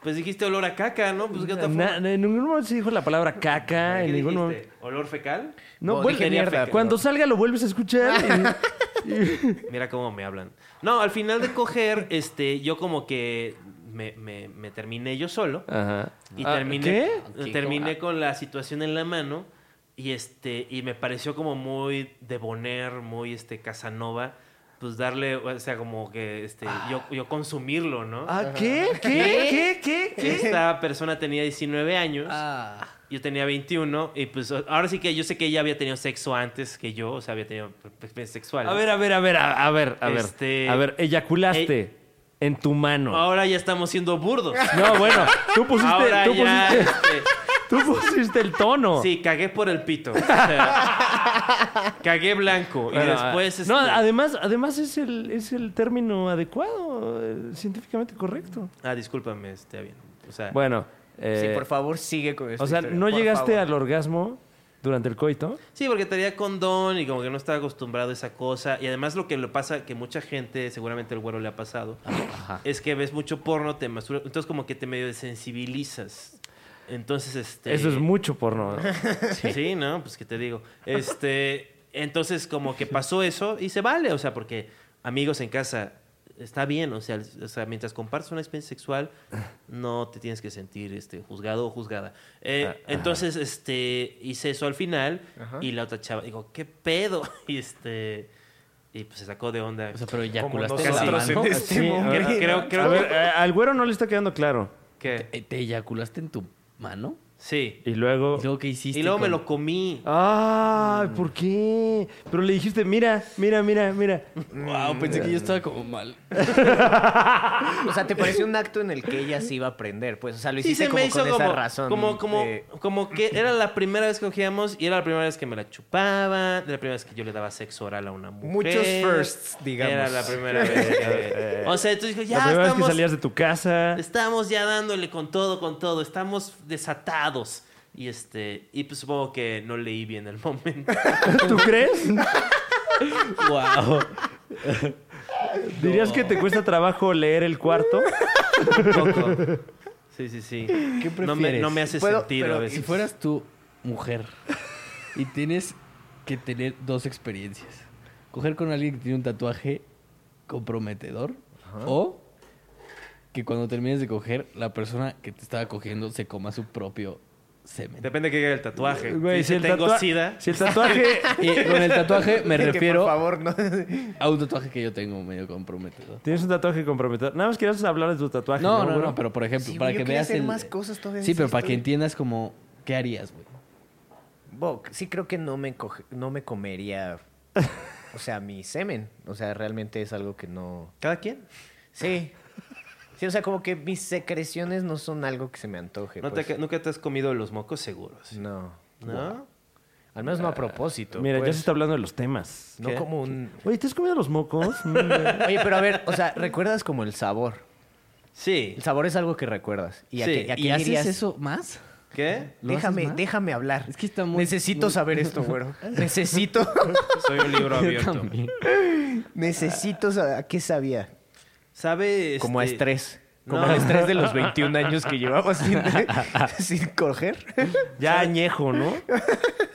S1: Pues dijiste olor a caca, ¿no? Pues ¿qué otra
S2: Na-
S1: forma?
S2: en ningún momento se dijo la palabra caca,
S1: ¿Qué
S2: en ningún momento.
S1: dijiste? ¿Olor fecal?
S2: No,
S3: No,
S2: bueno,
S3: dije mierda,
S2: cuando
S3: pero-
S2: salga lo vuelves a escuchar.
S1: Mira cómo me hablan. No, al final de coger, este, yo como que me, me- me terminé yo solo.
S2: Ajá.
S1: Y
S2: Ah,
S1: terminé,
S2: ¿Qué?
S1: eh, terminé con la situación en la mano. Y este, y me pareció como muy de Boner, muy este Casanova. Pues darle, o sea, como que este, yo, yo consumirlo, ¿no?
S2: Ah, ¿qué? ¿Qué? ¿Qué? ¿Qué? ¿Qué?
S1: Esta persona tenía 19 años,
S4: Ah.
S1: yo tenía 21, y pues o- ahora sí que yo sé que ella había tenido sexo antes que yo, o sea, había tenido pues, experiencias sexuales.
S2: A ver, a ver, a ver, a, a ver, a ver.
S1: Este- eh,
S2: A ver, eyaculaste
S1: Ey.
S2: en tu mano.
S1: Ahora ya estamos siendo burdos.
S2: No, bueno, tú pusiste,
S1: Ahora
S2: tú,
S1: ya,
S2: pusiste
S1: este,
S2: tú pusiste el tono.
S1: Sí, cagué por el pito. o sea, cagué blanco. y
S2: Bueno, ah, eh,
S1: después.
S2: No,
S1: este-
S2: además, además es el, es el término adecuado, eh, científicamente correcto.
S1: Ah, discúlpame, está bien. O sea,
S2: Bueno, eh,
S3: sí, por favor, sigue con eso.
S2: o sea,
S1: este,
S2: no llegaste al orgasmo durante el coito.
S1: sí, porque tenía condón y como que no estaba acostumbrado a esa cosa. Y además, lo que le pasa, que mucha gente, seguramente el güero le ha pasado,
S4: Ajá.
S1: es que ves mucho porno, te masturbas. Entonces, como que te medio desensibilizas. Entonces, este.
S2: Eso es mucho porno.
S1: Sí, sí, no, pues que te digo. Este, entonces como que pasó eso y se vale, o sea, porque amigos en casa está bien, o sea, el- o sea, mientras compartes una experiencia sexual no te tienes que sentir este juzgado o juzgada. Eh,
S4: Ah,
S1: entonces este hice eso al final y la otra chava digo, "¿Qué pedo?" y este y pues se sacó de onda.
S4: O sea, pero eyaculaste en la
S1: nosotros
S4: mano.
S1: este momento. Creo- creo-
S2: a ver, eh, al güero no le está quedando claro.
S1: ¿Qué?
S4: Eh, ¿Te eyaculaste en tu mano?
S1: Sí.
S2: Y luego.
S4: ¿Y luego qué hiciste?
S1: Y luego me
S4: con-
S1: lo comí.
S2: ¡Ay, ¿por qué? Pero le dijiste, mira, mira, mira, mira.
S4: Wow, pensé que yo estaba como mal.
S3: O sea, te parece un acto en el que ella sí iba a aprender. Pues, o sea, lo
S1: Sí,
S3: hiciste
S1: se
S3: como
S1: me hizo
S3: con
S1: como,
S3: esa razón.
S1: como, como,
S3: de-
S1: como que era la primera vez que cogíamos y era la primera vez que me la chupaba, era la primera vez que yo le daba sexo oral a una mujer.
S3: Muchos firsts, digamos.
S1: Era la primera vez. que- o sea, entonces dijo,
S2: la
S1: ya
S2: primera vez
S1: estamos,
S2: que salías de tu casa.
S1: estamos ya dándole con todo, con todo, estamos desatados. Y este, y pues supongo que no leí bien el momento.
S2: ¿Tú crees?
S4: Wow.
S2: ¿Dirías que te cuesta trabajo leer el cuarto?
S1: Poco. Sí, sí, sí.
S4: ¿Qué
S1: No me,
S4: prefieres?
S1: no me hace
S3: Puedo,
S1: sentido
S3: pero
S1: a
S4: Si
S1: veces.
S4: fueras tú mujer y tienes que tener dos experiencias. Coger con alguien que tiene un tatuaje comprometedor o que cuando termines de coger, la persona que te estaba cogiendo se coma su propio semen.
S1: Depende de qué era el tatuaje.
S2: Güey,
S1: si,
S2: si el
S1: tengo
S2: tatua-
S1: sida.
S2: Si el tatuaje.
S4: Y Eh, con el tatuaje me
S3: Que,
S4: refiero
S3: por favor, no.
S4: a un tatuaje que yo tengo medio comprometedor.
S2: Tienes un tatuaje comprometedor. Nada más querías hablar de tu tatuaje.
S4: No, no,
S2: Bro?
S4: no, pero por ejemplo,
S3: Sí,
S4: para
S3: yo
S4: que
S3: quería
S4: veas
S3: hacer
S4: el-
S3: más cosas todavía
S4: Sí,
S3: en
S4: pero
S3: esa
S4: para que
S3: historia.
S4: entiendas como qué harías, güey.
S3: Bo, sí creo que no me, coge- no me comería, o sea, mi semen. O sea, realmente es algo que no...
S1: ¿Cada quien?
S3: Sí. Sí, o sea, como que mis secreciones no son algo que se me antoje.
S1: No te-
S3: pues.
S1: nunca te has comido los mocos seguros.
S3: No.
S1: ¿No?
S3: Al menos no a propósito.
S2: Mira, ya
S3: pues.
S2: se está hablando de los temas.
S3: No
S1: ¿Qué?
S3: como un...
S2: Oye, ¿te has comido los mocos? Mm, güey.
S3: Oye, pero a ver, o sea, ¿recuerdas como el sabor?
S1: Sí.
S3: El sabor es algo que recuerdas. ¿Y a
S1: Sí,
S3: qué, a
S4: ¿Y
S3: qué
S4: haces
S3: dirías?
S4: eso más?
S1: ¿Qué?
S4: ¿Lo haces
S3: Déjame,
S4: más?
S3: déjame hablar.
S4: Es que está muy-
S3: Necesito
S4: muy-
S3: saber esto, güero. Necesito...
S1: Soy un libro abierto.
S4: También.
S3: necesito saber a qué sabía.
S1: ¿Sabe?
S3: Como a
S1: este,
S3: estrés.
S1: no.
S3: Como al estrés de los 21 años que llevamos sin, sin coger.
S2: ya añejo, ¿no?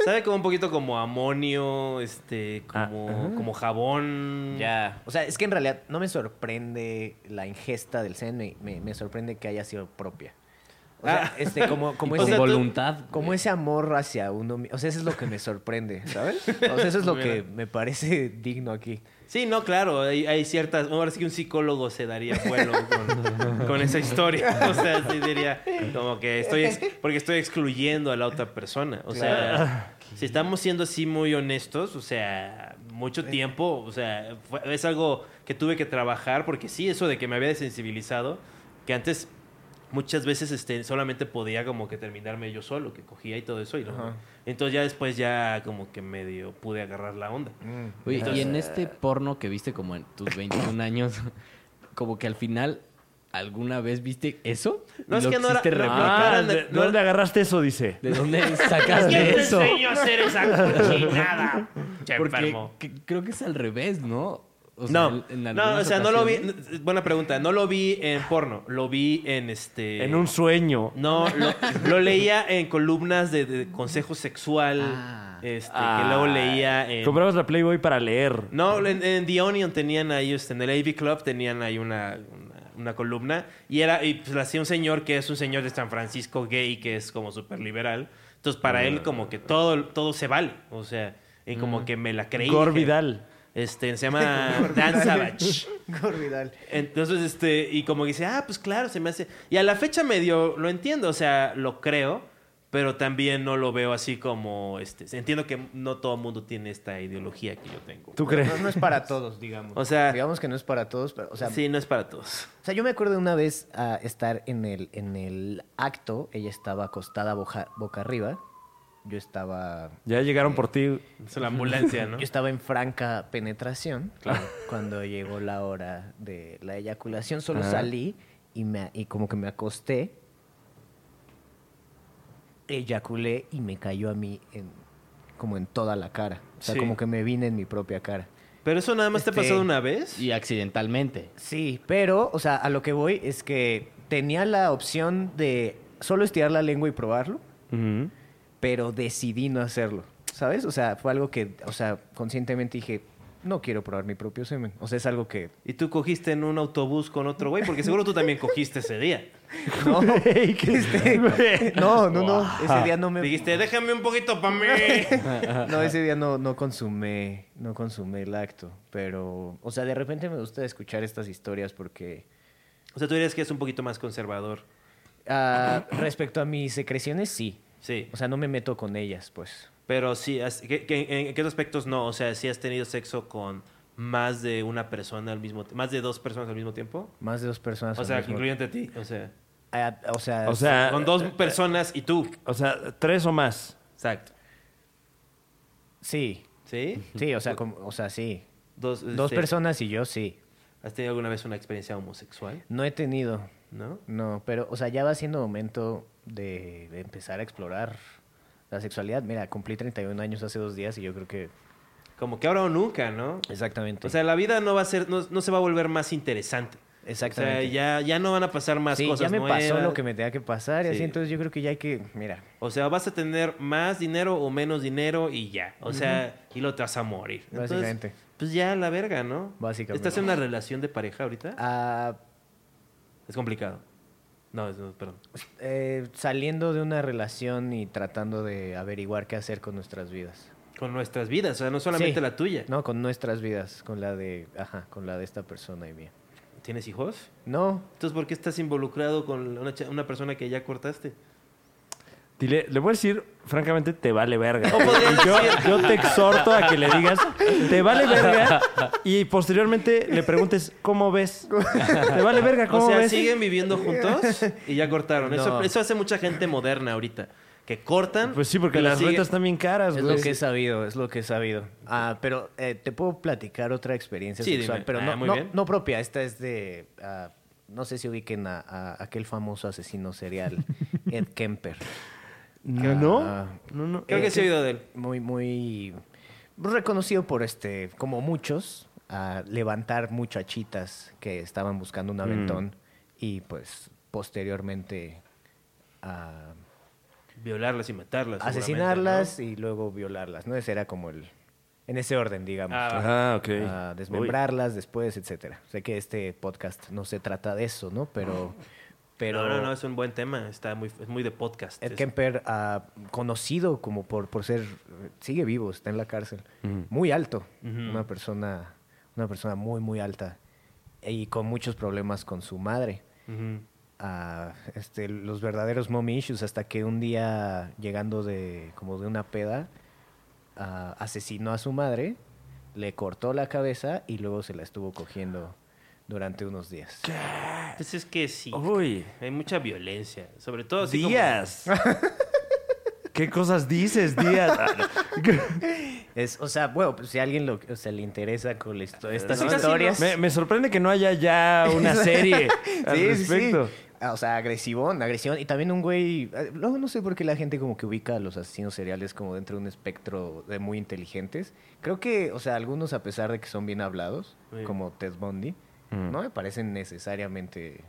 S1: Sabe como un poquito como amonio, este,
S3: Ah,
S1: como, como jabón.
S3: Ya. O sea, es que en realidad no me sorprende la ingesta del semen, me, me sorprende que haya sido propia. O sea,
S1: Ah.
S3: este, como, como,
S1: O
S4: Con
S3: ese,
S1: sea, tú-
S4: voluntad.
S3: como
S1: Eh.
S3: ese amor hacia uno mi- O sea, eso es lo que me sorprende, ¿sabes? O sea, eso es lo que me parece digno aquí.
S1: Sí, no, claro, hay, hay ciertas... Ahora sí que un psicólogo se daría vuelo con, con esa historia. O sea, sí diría como que estoy... ex- porque estoy excluyendo a la otra persona. O sea, si estamos siendo así muy honestos, o sea, mucho tiempo, o sea, fue- es algo que tuve que trabajar porque sí, eso de que me había desensibilizado, que antes muchas veces este, solamente podía como que terminarme yo solo, que cogía y todo eso. Y luego- entonces ya después ya como que medio pude agarrar la onda.
S4: Oye, y en este porno que viste como en tus 21 años, como que al final, ¿alguna vez viste eso?
S1: No, es
S4: ¿Lo
S1: que no era-
S4: quisiste
S1: no-
S4: replicar?
S2: Ah,
S1: no-
S2: ¿de,
S1: no-
S2: dónde agarraste eso? Dice.
S4: ¿De dónde sacaste eso?
S1: a hacer esa cochinada?
S4: Porque que- creo que es al revés, ¿no? O sea,
S1: No,
S4: en
S1: no, o
S4: algunas
S1: sea, no lo vi.
S4: ocasiones.
S1: n- Buena pregunta. No lo vi en porno. Lo vi en este.
S2: En un sueño.
S1: No, lo, lo leía en columnas de, de consejo sexual.
S4: Ah.
S1: este,
S2: Ah.
S1: que luego leía en.
S2: Comprabas la Playboy para leer.
S1: No, en, en The Onion tenían ahí, este, en el AV Club tenían ahí una, una, una columna y era y pues, la hacía un señor que es un señor de San Francisco gay que es como súper liberal. Entonces para él como que todo, todo se vale, o sea, y como que me la creí.
S2: Gore
S1: dije,
S2: Mm. Vidal.
S1: Este, se llama Dan Savage.
S3: Corvidal.
S1: Entonces, este, y como que dice, ah, pues claro, se me hace. Y a la fecha medio lo entiendo, o sea, lo creo, pero también no lo veo así como, este, entiendo que no todo el mundo tiene esta ideología que yo tengo.
S2: ¿Tú crees?
S3: No, no es para todos, digamos.
S1: O sea-
S3: digamos que no es para todos, pero, o sea,
S1: Sí, no es para todos.
S3: O sea, yo me acuerdo de una vez ah, estar en el, en el acto, ella estaba acostada boja- boca arriba, yo estaba,
S2: Ya llegaron por ti.
S1: Es la ambulancia, ¿no?
S3: yo estaba en franca penetración cuando llegó la hora de la eyaculación, solo salí y, me, y como que me acosté, eyaculé y me cayó a mí en, como en toda la cara, o sea,
S1: Sí.
S3: como que me vine en mi propia cara.
S1: Pero eso nada más te ha
S3: Este-
S1: pasado una vez.
S4: Y accidentalmente.
S3: Sí, pero, o sea, a lo que voy es que tenía la opción de solo estirar la lengua y probarlo,
S2: Ujú.
S3: pero decidí no hacerlo, ¿sabes? O sea, fue algo que, o sea, conscientemente dije, no quiero probar mi propio semen. O sea, es algo que...
S1: Y tú cogiste en un autobús con otro güey, porque seguro tú también cogiste ese día.
S3: No,
S2: Güey, qué-
S3: este, no, no, no, ese día no me...
S1: Dijiste, déjame un poquito para mí.
S3: No, ese día no, no consumé, no consumé el acto, pero, o sea, de repente me gusta escuchar estas historias porque...
S1: o sea, tú dirías que es un poquito más conservador.
S3: ah, respecto a mis secreciones, sí.
S1: Sí.
S3: O sea, no me meto con ellas, pues.
S1: Pero sí, as- ¿qué- qué- ¿en, en qué aspectos no? O sea, si has tenido sexo con más de una persona al mismo tiempo, más de dos personas al mismo tiempo.
S3: Más de dos personas.
S1: O
S3: al
S1: sea,
S3: mismo
S1: incluyente a ti. O sea,
S3: Ah, o sea,
S2: O sea,
S1: con dos personas y tú.
S2: o sea, tres o más.
S1: Exacto.
S3: sí.
S1: ¿Sí?
S3: Sí, o sea, como- o sea, sí.
S1: Dos,
S3: Dos
S1: este,
S3: personas y yo sí.
S1: ¿Has tenido alguna vez una experiencia homosexual?
S3: No he tenido.
S1: ¿No?
S3: No, pero, o sea, ya va siendo momento de, de empezar a explorar la sexualidad. Mira, cumplí 31 años hace dos días y yo creo que.
S1: Como que ahora o nunca, ¿no?
S3: Exactamente.
S1: O sea, la vida no va a ser, no, no se va a volver más interesante. O sea,
S3: Exactamente.
S1: ya, ya no van a pasar más
S3: sí,
S1: cosas
S3: ya me pasó
S1: nuevas.
S3: lo que me tenía que pasar y así,
S1: Sí.
S3: entonces yo creo que ya hay que, mira,
S1: O sea, vas a tener más dinero o menos dinero y ya. O sea, y lo te vas a morir. Entonces,
S3: Básicamente.
S1: pues ya la verga, ¿no?
S3: Básicamente.
S1: ¿Estás en una relación de pareja ahorita?
S3: ah,
S1: Es complicado. No, es- no, perdón.
S3: eh, saliendo de una relación y tratando de averiguar qué hacer con nuestras vidas.
S1: Con nuestras vidas, o sea, no solamente
S3: Sí.
S1: la tuya.
S3: No, con nuestras vidas, con la de, ajá, con la de esta persona y mía.
S1: ¿Tienes hijos?
S3: No,
S1: Entonces, ¿por qué estás involucrado con una, cha- una persona que ya cortaste?
S2: Dile, le voy a decir, francamente, te vale verga.
S1: O podría
S2: Y yo, yo te exhorto a que le digas, te vale verga. Y posteriormente le preguntes, ¿cómo ves? Te vale verga, ¿cómo
S1: O sea,
S2: ves?
S1: siguen viviendo juntos y ya cortaron. Eso,
S3: No.
S1: eso hace mucha gente moderna ahorita. Que cortan.
S2: Pues sí, porque
S1: pero
S2: las
S1: sigue-
S2: rentas están bien caras,
S3: Es
S2: güey.
S3: lo que he sabido, es lo que he sabido. Ah, pero eh, te puedo platicar otra experiencia
S1: Sí,
S3: sexual,
S1: dime.
S3: pero
S1: Ah,
S3: no,
S1: muy
S3: no,
S1: bien.
S3: no propia. Esta es de, ah, no sé si ubiquen a, a aquel famoso asesino serial, Ed Kemper.
S2: No,
S3: Ah.
S2: no, no.
S1: Creo que sí he oído de él.
S3: Muy, muy reconocido por este, como muchos, a levantar muchachitas que estaban buscando un
S1: Mm.
S3: aventón y pues posteriormente ah, a
S1: Violarlas y matarlas.
S3: asesinarlas
S1: seguramente,
S3: y luego violarlas, ¿no? Ese era como el, en ese orden, digamos.
S1: Ah,
S2: Ah, ok.
S3: a desmembrarlas después, etcétera. Sé que este podcast no se trata de eso, ¿no? Pero,
S1: ¿no?
S3: pero
S1: No, no, no, es un buen tema. Está muy, es muy de podcast.
S3: Ed
S1: Es-
S3: Kemper, ah, conocido como por, por ser, sigue vivo, está en la cárcel, muy alto, una persona, una persona muy muy alta y con muchos problemas con su madre.
S1: Ujú.
S3: a, este, los verdaderos mommy issues hasta que un día llegando de como de una peda a- asesinó a su madre, le cortó la cabeza y luego se la estuvo cogiendo durante unos días.
S1: Pues es que sí.
S2: Uy.
S1: Hay mucha violencia. Sobre todo así como-
S2: Díaz. ¿Qué cosas dices, Ah, Díaz?
S3: Es, o sea, bueno, pues, si a alguien lo, o sea, le interesa con la histo- estas
S1: sí, casi
S3: historias.
S2: Me, me sorprende que no haya ya una serie al
S3: Sí, sí, sí.
S2: respecto.
S3: Ah, O sea, agresivón, agresión. Y también un güey. eh, Luego no sé por qué la gente como que ubica a los asesinos seriales como dentro de un espectro de muy inteligentes. Creo que, o sea, algunos, a pesar de que son bien hablados,
S1: Sí.
S3: como Ted Bundy,
S2: Mm.
S3: no me parecen necesariamente.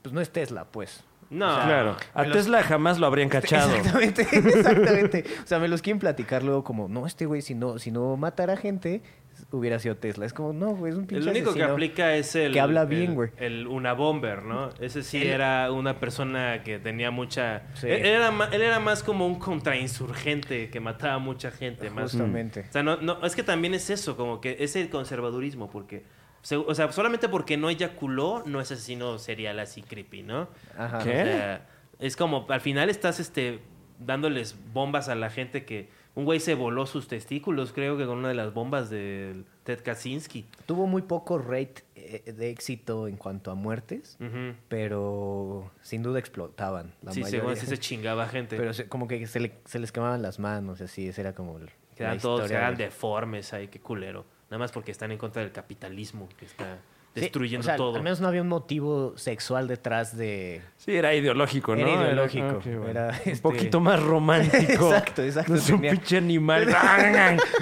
S3: Pues no es Tesla, pues.
S1: No.
S2: Claro. A Tesla jamás lo habrían cachado.
S3: Exactamente, exactamente. O sea, me los quieren platicar luego como, no, este güey, si no, si no matara gente, hubiera sido Tesla. Es como, no, güey, es un pinche
S1: El único que
S3: asesino".
S1: aplica es el.
S3: que habla
S1: el-
S3: bien, güey.
S1: El, una bomber, ¿no? Ese sí era una persona que tenía mucha.
S3: Sí.
S1: Él, él era, ma- él era más como un contrainsurgente que mataba a mucha gente. Más,
S3: Justamente.
S1: O sea, no, no, es que también es eso, como que es el conservadurismo, porque. se- O sea, solamente porque no eyaculó, no es asesino serial así creepy, ¿no?
S3: Ajá.
S2: ¿Qué?
S1: O sea, es como, al final estás este, dándoles bombas a la gente que. Un güey se voló sus testículos, creo que con una de las bombas del Ted Kaczynski.
S3: Tuvo muy poco rate eh, de éxito en cuanto a muertes,
S1: Ujú.
S3: pero sin duda explotaban. La
S1: Mm. sí,
S3: mayoría.
S1: según así se chingaba gente.
S3: Pero se- como que se, le- se les quemaban las manos, y así, esa era como el-
S1: quedan
S3: la
S1: todos
S3: historia
S1: quedan
S3: de-
S1: deformes ahí, qué culero. Nada más porque están en contra del capitalismo que está
S3: Sí,
S1: destruyendo
S3: o sea,
S1: todo.
S3: Al menos no había un motivo sexual detrás de...
S2: Sí, era ideológico, ¿no?
S3: Era ideológico.
S2: ok, bueno.
S3: Era, este-
S2: Un poquito más romántico.
S3: Exacto, exacto,
S2: No es un
S3: tenía-
S2: pinche animal.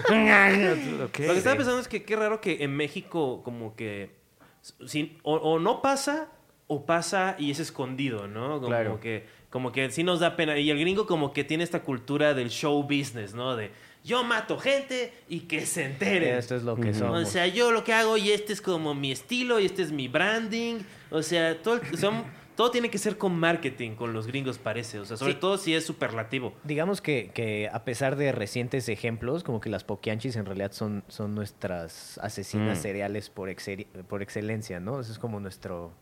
S2: Ok.
S1: Lo que estaba pensando es que qué raro que en México como que sin- o, o no pasa o pasa y es escondido, ¿no? Como
S3: Claro.
S1: que como que sí nos da pena y el gringo como que tiene esta cultura del show business, ¿no? De yo mato gente y que se enteren.
S3: Esto es lo que somos.
S1: O sea, yo lo que hago y este es como mi estilo y este es mi branding. O sea, todo, el- son- todo tiene que ser con marketing, con los gringos parece. O sea, sobre
S3: Sí.
S1: todo si es superlativo.
S3: Digamos que, que a pesar de recientes ejemplos, como que las poquianchis en realidad son, son nuestras asesinas
S2: Mm.
S3: seriales por, excel- por excelencia, ¿no? Eso es como nuestro,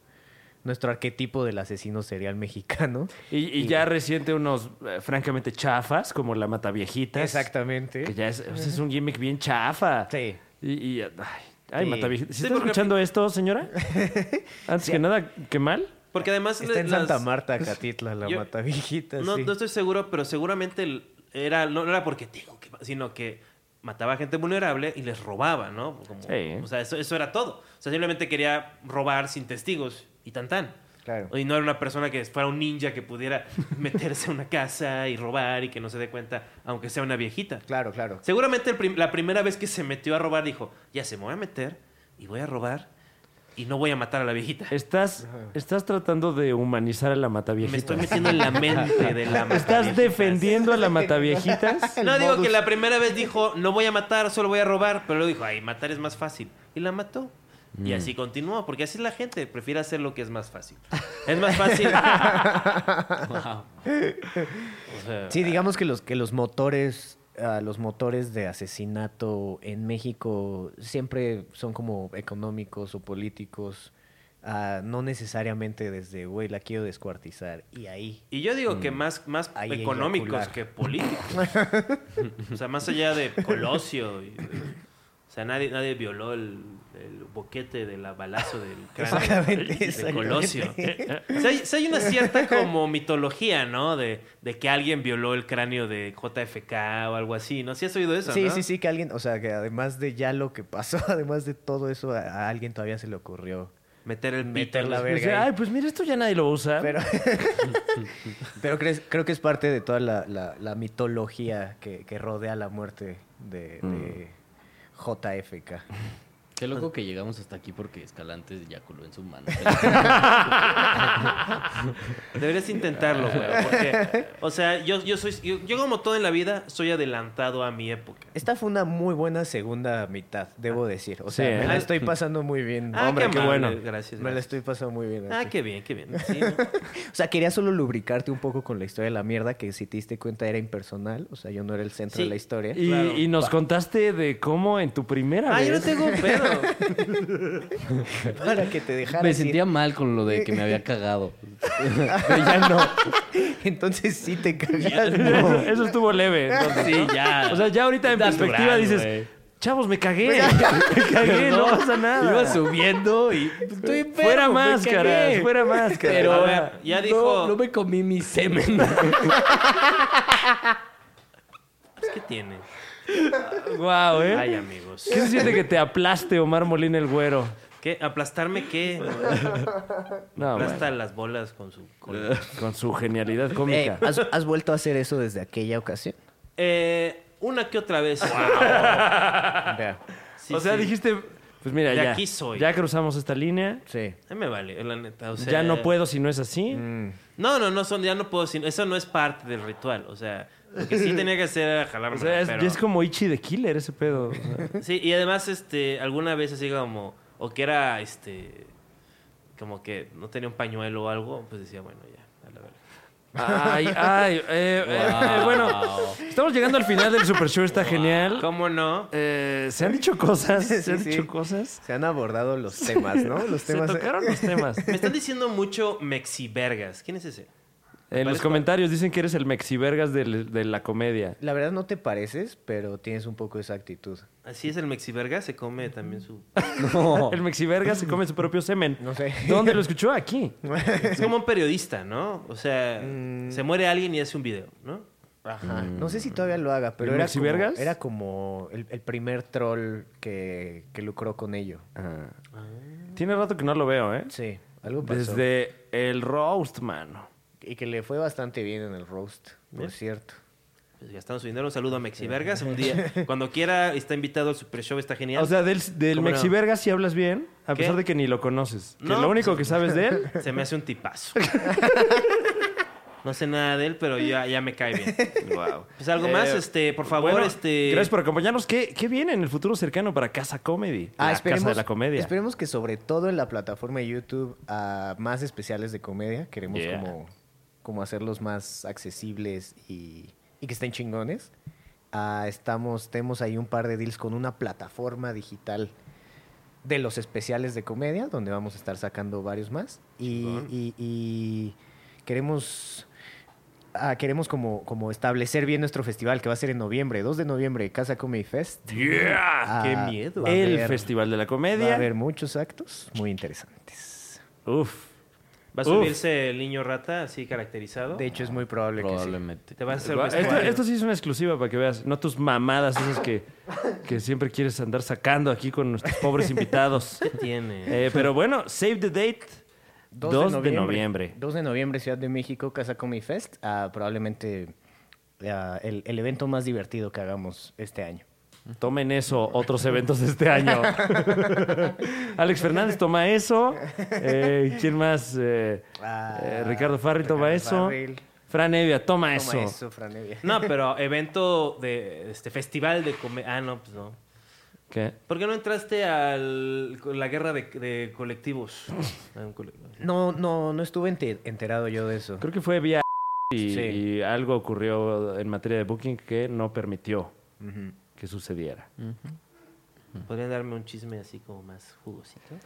S3: nuestro arquetipo del asesino serial mexicano.
S2: Y, y ya reciente unos, eh, francamente, chafas, como la mata viejitas.
S3: Exactamente.
S2: Que ya es, o sea, es un gimmick bien chafa.
S3: Sí.
S2: Y, y, ay, ay
S3: Sí.
S2: mata viejitas.
S1: Sí,
S2: ¿Sí está
S1: porque-
S2: escuchando esto, señora? Antes que nada, ¿qué mal?
S1: Porque además...
S3: Está en
S1: las-
S3: Santa Marta, Catitla, la
S1: Yo-
S3: mata viejita.
S1: No,
S3: sí.
S1: no estoy seguro, pero seguramente el- era, no, no era porque tengo que... Sino que mataba a gente vulnerable y les robaba, ¿no? Como-
S2: Sí.
S1: O sea, eso, eso era todo. O sea, simplemente quería robar sin testigos y tan tan.
S3: Claro.
S1: Y no era una persona que fuera un ninja que pudiera meterse a una casa y robar y que no se dé cuenta, aunque sea una viejita.
S3: Claro, claro.
S1: Seguramente el prim- la primera vez que se metió a robar dijo, ya se me voy a meter y voy a robar. y no voy a matar a la viejita.
S2: Estás, estás tratando de humanizar a la
S1: Me
S2: mataviejitas.
S1: estoy metiendo en la mente de la
S2: Estás
S1: mataviejitas.
S2: defendiendo a la mataviejitas.
S1: No, digo que la primera vez dijo, no voy a matar, solo voy a robar. Pero luego dijo, ay, matar es más fácil. Y la mató.
S2: Mm.
S1: Y así continuó, porque así es la gente, prefiere hacer lo que es más fácil. Es más fácil. O
S2: Eh,
S1: sea,
S2: ah.
S3: Sí, digamos que los, que los motores, ah, los motores de asesinato en México siempre son como económicos o políticos. ah, no necesariamente desde, güey, la quiero descuartizar. Y ahí.
S1: Y yo digo que más, más
S3: Mm. Ahí hay
S1: económicos
S3: ocular.
S1: que políticos. o sea, más allá de Colosio. y de- o sea, nadie, nadie violó el, el boquete de la balazo del cráneo de,
S3: Exactamente,
S1: de
S3: exactamente.
S1: Colosio. O sea, hay, sí hay una cierta como mitología, ¿no? De, de que alguien violó el cráneo de JFK o algo así, ¿no? Sí has oído eso,
S3: Sí,
S1: ¿no?
S3: sí, sí, que alguien, o sea, que además de ya lo que pasó, además de todo eso, a, a alguien todavía se le ocurrió.
S1: Meter el pito
S3: Meter
S1: en
S3: la
S1: los-
S3: verga.
S2: O sea, ay, pues mira, esto ya nadie lo
S1: Ah.
S2: usa.
S3: Pero, pero crees- creo que es parte de toda la, la- la mitología que, que rodea la muerte de,
S1: Mm.
S3: de JFK.
S4: Qué loco que llegamos hasta aquí porque Escalante eyaculó en su mano.
S1: Deberías intentarlo, güey. Porque, o sea, yo, yo soy. Yo, yo como todo en la vida, soy adelantado a mi época.
S3: Esta fue una muy buena segunda mitad, debo decir. O sea,
S2: Sí,
S3: me
S2: ¿eh?
S3: la estoy pasando muy bien.
S1: Ah,
S2: Hombre, qué
S1: amable,
S2: bueno.
S1: Gracias.
S3: me la
S1: gracias.
S3: estoy pasando muy bien.
S1: Ah,
S3: así.
S1: qué bien, qué bien. Sí, ¿no?
S3: O sea, quería solo lubricarte un poco con la historia de la mierda, que si te diste cuenta era impersonal. O sea, yo no era el centro
S1: Sí.
S3: de la historia.
S2: Y,
S1: Claro.
S2: y nos contaste de cómo en tu primera
S1: Ah,
S2: vez.
S1: yo no tengo pedo.
S3: Para que te dejara
S4: Me
S3: ir.
S4: sentía mal con lo de que me había cagado.
S3: Pero ya no. Entonces sí te cagaste.
S2: Eso, eso estuvo leve. entonces,
S4: Sí,
S2: ¿no?
S4: ya.
S2: O sea, ya ahorita en
S4: Natural,
S2: perspectiva dices,
S4: güey.
S2: chavos, me cagué.
S1: Pues
S2: Me cagué, no, pasa nada.
S4: Iba subiendo y pues, estoy enfermo,
S2: fuera
S4: me
S2: máscaras,
S4: cagué.
S2: fuera máscaras.
S4: Pero
S1: A ver, ya
S4: no,
S1: dijo-
S4: No me comí mi semen.
S1: Pues, ¿Qué tiene?
S2: Guau, ¿eh?
S1: Ay, amigos.
S2: ¿Qué se siente que te aplaste Omar Molina el güero?
S1: ¿Qué? ¿Aplastarme qué?
S2: No, bueno,
S1: Aplasta las bolas con su cola.
S2: con su genialidad
S3: Eh,
S2: cómica.
S3: ¿has, has vuelto a hacer eso desde aquella ocasión?
S1: Eh, una que otra vez.
S3: Vea.
S1: Sí,
S2: o sea,
S1: sí.
S2: dijiste, pues mira,
S1: De
S2: ya,
S1: aquí soy.
S2: ya cruzamos esta línea,
S3: Sí.
S1: A mí me vale, la neta. o sea,
S2: ya no puedo si no es así.
S1: Mm. No, no, no, son, ya no puedo. sin- Eso no es parte del ritual. O sea, lo que sí tenía que hacer era jalarme.
S2: O sea, es,
S1: pero-
S2: ya es como Ichi de Killer ese pedo. o sea.
S1: Sí, y además, este, alguna vez así como, o que era, este, como que no tenía un pañuelo o algo, pues decía, bueno, ya, a la verga.
S2: Ay, ay, eh, eh, eh, bueno, estamos llegando al final del Super Show, está genial.
S1: ¿Cómo no?
S2: Eh, se han dicho cosas,
S3: Sí,
S2: se han
S3: sí.
S2: dicho cosas.
S3: Se han abordado los temas, ¿no? Los
S2: Se
S3: temas.
S2: tocaron los temas. eh.
S1: Me están diciendo mucho mexivergas. ¿Quién es ese?
S2: En los
S1: Parezco-
S2: comentarios dicen que eres el mexivergas del- de la comedia.
S3: La verdad no te pareces, pero tienes un poco esa actitud.
S1: Así es el mexiverga, se come también su...
S2: El mexivergas se come su propio semen.
S3: No sé.
S2: ¿Dónde lo escuchó? Aquí.
S1: Es como un periodista, ¿no? O sea,
S3: Mm.
S1: se muere alguien y hace un video, ¿no?
S3: Ajá. No sé si todavía lo haga, pero
S2: ¿El
S3: era
S2: Maxi
S3: como,
S2: Vergas?
S3: era como el, el primer troll que, que lucró con ello.
S2: Tiene rato que no lo veo, ¿eh?
S3: Sí, algo pasó.
S2: Desde el roast, mano.
S3: Y que le fue bastante bien en el roast, por cierto.
S1: Pues gastando su dinero, un saludo a mexivergas. Un día, cuando quiera, está invitado al Super Show, está genial.
S2: O sea, del, del
S1: ¿Cómo no?
S2: mexivergas si hablas bien, a
S1: ¿Qué?
S2: pesar de que ni lo conoces. Que
S1: No.
S2: lo único que sabes de él
S1: se me hace un tipazo. No sé nada de él, pero ya, ya me cae bien. Wow. Pues algo más,
S2: Eh,
S1: este, por favor,
S2: Bueno,
S1: este.
S2: Gracias por acompañarnos. ¿Qué, qué viene en el futuro cercano para Casa Comedy?
S3: Ah,
S2: la
S3: esperemos,
S2: Casa de la Comedia.
S3: Esperemos que sobre todo en la plataforma de YouTube a más especiales de comedia. Queremos
S2: Yeah.
S3: como, como hacerlos más accesibles y, y que estén chingones. Ah, estamos, tenemos ahí un par de deals con una plataforma digital de los especiales de comedia, donde vamos a estar sacando varios más. Y, y- y queremos... ah, queremos como, como establecer bien nuestro festival que va a ser en noviembre, 2 de noviembre, Casa Comedy Fest.
S2: Yeah.
S3: Ah,
S1: ¡Qué miedo!
S3: va a
S2: El
S3: haber-
S2: Festival de la
S3: Va a
S2: Comedia.
S3: haber muchos actos muy interesantes.
S2: Uf.
S1: Va a
S2: Uf.
S1: subirse el niño rata así caracterizado.
S3: De hecho, es muy probable
S4: Probablemente.
S1: Te va a hacer
S2: Va- Esto,
S1: vestuario.
S2: esto sí es una exclusiva para que veas. No tus mamadas esas que, que siempre quieres andar sacando aquí con nuestros pobres invitados.
S1: tiene.
S2: Eh, pero bueno, save the date.
S3: que sí.
S2: 2, de noviembre.
S3: 2 de noviembre, Ciudad de México, Casa Comi Fest. Ah, probablemente ah, el, el evento más divertido que hagamos este año.
S2: Tomen eso, otros eventos de este año. Alex Fernández toma eso. Eh, ¿Quién más? Eh,
S3: Ah,
S2: eh, Ricardo Farri toma
S3: Ricardo
S2: eso.
S3: Farril.
S2: Fran Evia, toma,
S3: Toma
S2: eso.
S3: eso, Fran Evia.
S1: No, pero evento de este festival de comedia. Ah, no, pues no.
S2: ¿Qué?
S1: ¿Por qué no entraste a la guerra de, de colectivos? A un cole-
S3: No, no, no estuve ente- enterado yo de eso.
S2: Creo que fue vía y,
S3: Sí.
S2: y algo ocurrió en materia de booking que no permitió
S3: Ujú.
S2: que sucediera.
S1: ¿Podrían darme un chisme así como más jugosito?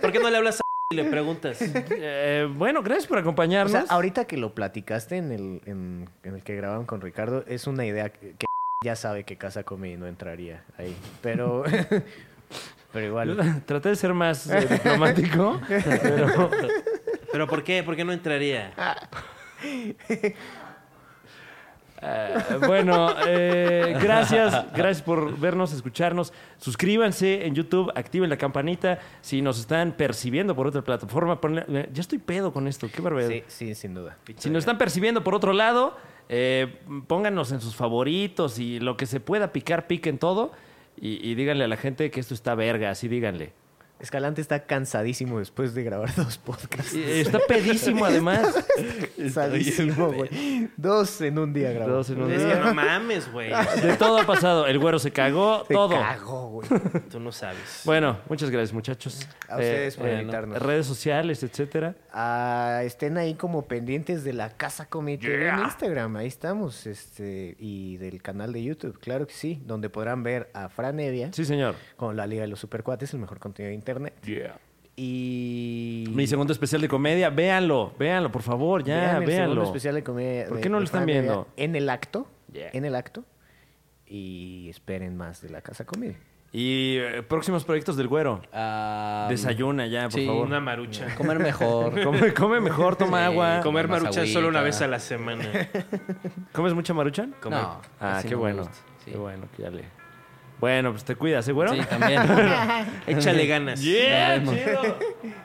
S1: ¿Por qué no le hablas a y le preguntas?
S2: Eh, bueno, gracias por
S3: O
S2: acompañarnos.
S3: sea, ahorita que lo platicaste en el, en, en el que grabaron con Ricardo, es una idea que que ya sabe que Casa Comedy no entraría ahí. Pero, pero igual.
S2: Traté de ser más eh, diplomático, pero
S1: ¿Pero por qué? ¿Por qué no entraría?
S2: Eh, bueno, eh, gracias, gracias por vernos, escucharnos. Suscríbanse en YouTube, activen la campanita. Si nos están percibiendo por otra plataforma, ponle- eh, ya estoy pedo con esto, qué barbaridad.
S3: Sí, sí, sin duda.
S2: Si nos están percibiendo por otro lado, eh, pónganos en sus favoritos y lo que se pueda picar, piquen todo. Y, y díganle a la gente que esto está verga, así díganle.
S3: Escalante está cansadísimo después de grabar dos podcasts.
S2: Eh, Está pedísimo además.
S3: Cansadísimo, güey. Dos en un día grabó.
S2: Dos en un
S1: Es que no mames, güey.
S2: De todo ha pasado. El güero se cagó,
S3: Se
S2: todo.
S3: cagó, güey.
S1: Tú no sabes.
S2: Bueno, muchas gracias, muchachos. Eh,
S3: A ustedes por invitarnos.
S2: Redes sociales, etcétera.
S3: Ah, estén ahí como pendientes de la Casa Comité en Instagram, ahí estamos, este, y del canal de YouTube, claro que sí, donde podrán ver a Fran Evia
S2: Sí, señor.
S3: con la Liga de los Supercuates, el mejor contenido de internet. Y
S2: Mi segundo especial de comedia, véanlo, véanlo, por favor, ya,
S3: Vean el segundo
S2: véanlo.
S3: especial de comedia.
S2: ¿Por
S3: de-
S2: qué no lo
S3: de
S2: están
S3: Fran Evia
S2: viendo?
S3: En el acto,
S2: Yeah.
S3: en el acto. Y esperen más de la Casa Comedia.
S2: Y eh, próximos proyectos del güero.
S4: Ah,
S2: Desayuna ya, por
S4: sí,
S2: favor.
S1: Una marucha.
S4: Comer mejor.
S2: Come, come mejor, toma
S4: Sí,
S2: agua.
S4: come-
S1: Comer
S4: Más
S1: maruchan
S4: agüita.
S1: solo una vez a la semana.
S2: ¿Comes mucha maruchan?
S1: Come.
S4: No,
S2: Ah,
S4: casi
S2: qué
S4: no me
S2: bueno.
S4: gusta, sí.
S2: Qué bueno, que ya le. Bueno, pues te cuidas, ¿eh, güero?
S4: Sí, también.
S1: Échale ganas.
S2: Yeah,
S4: Nos vemos.
S2: chido.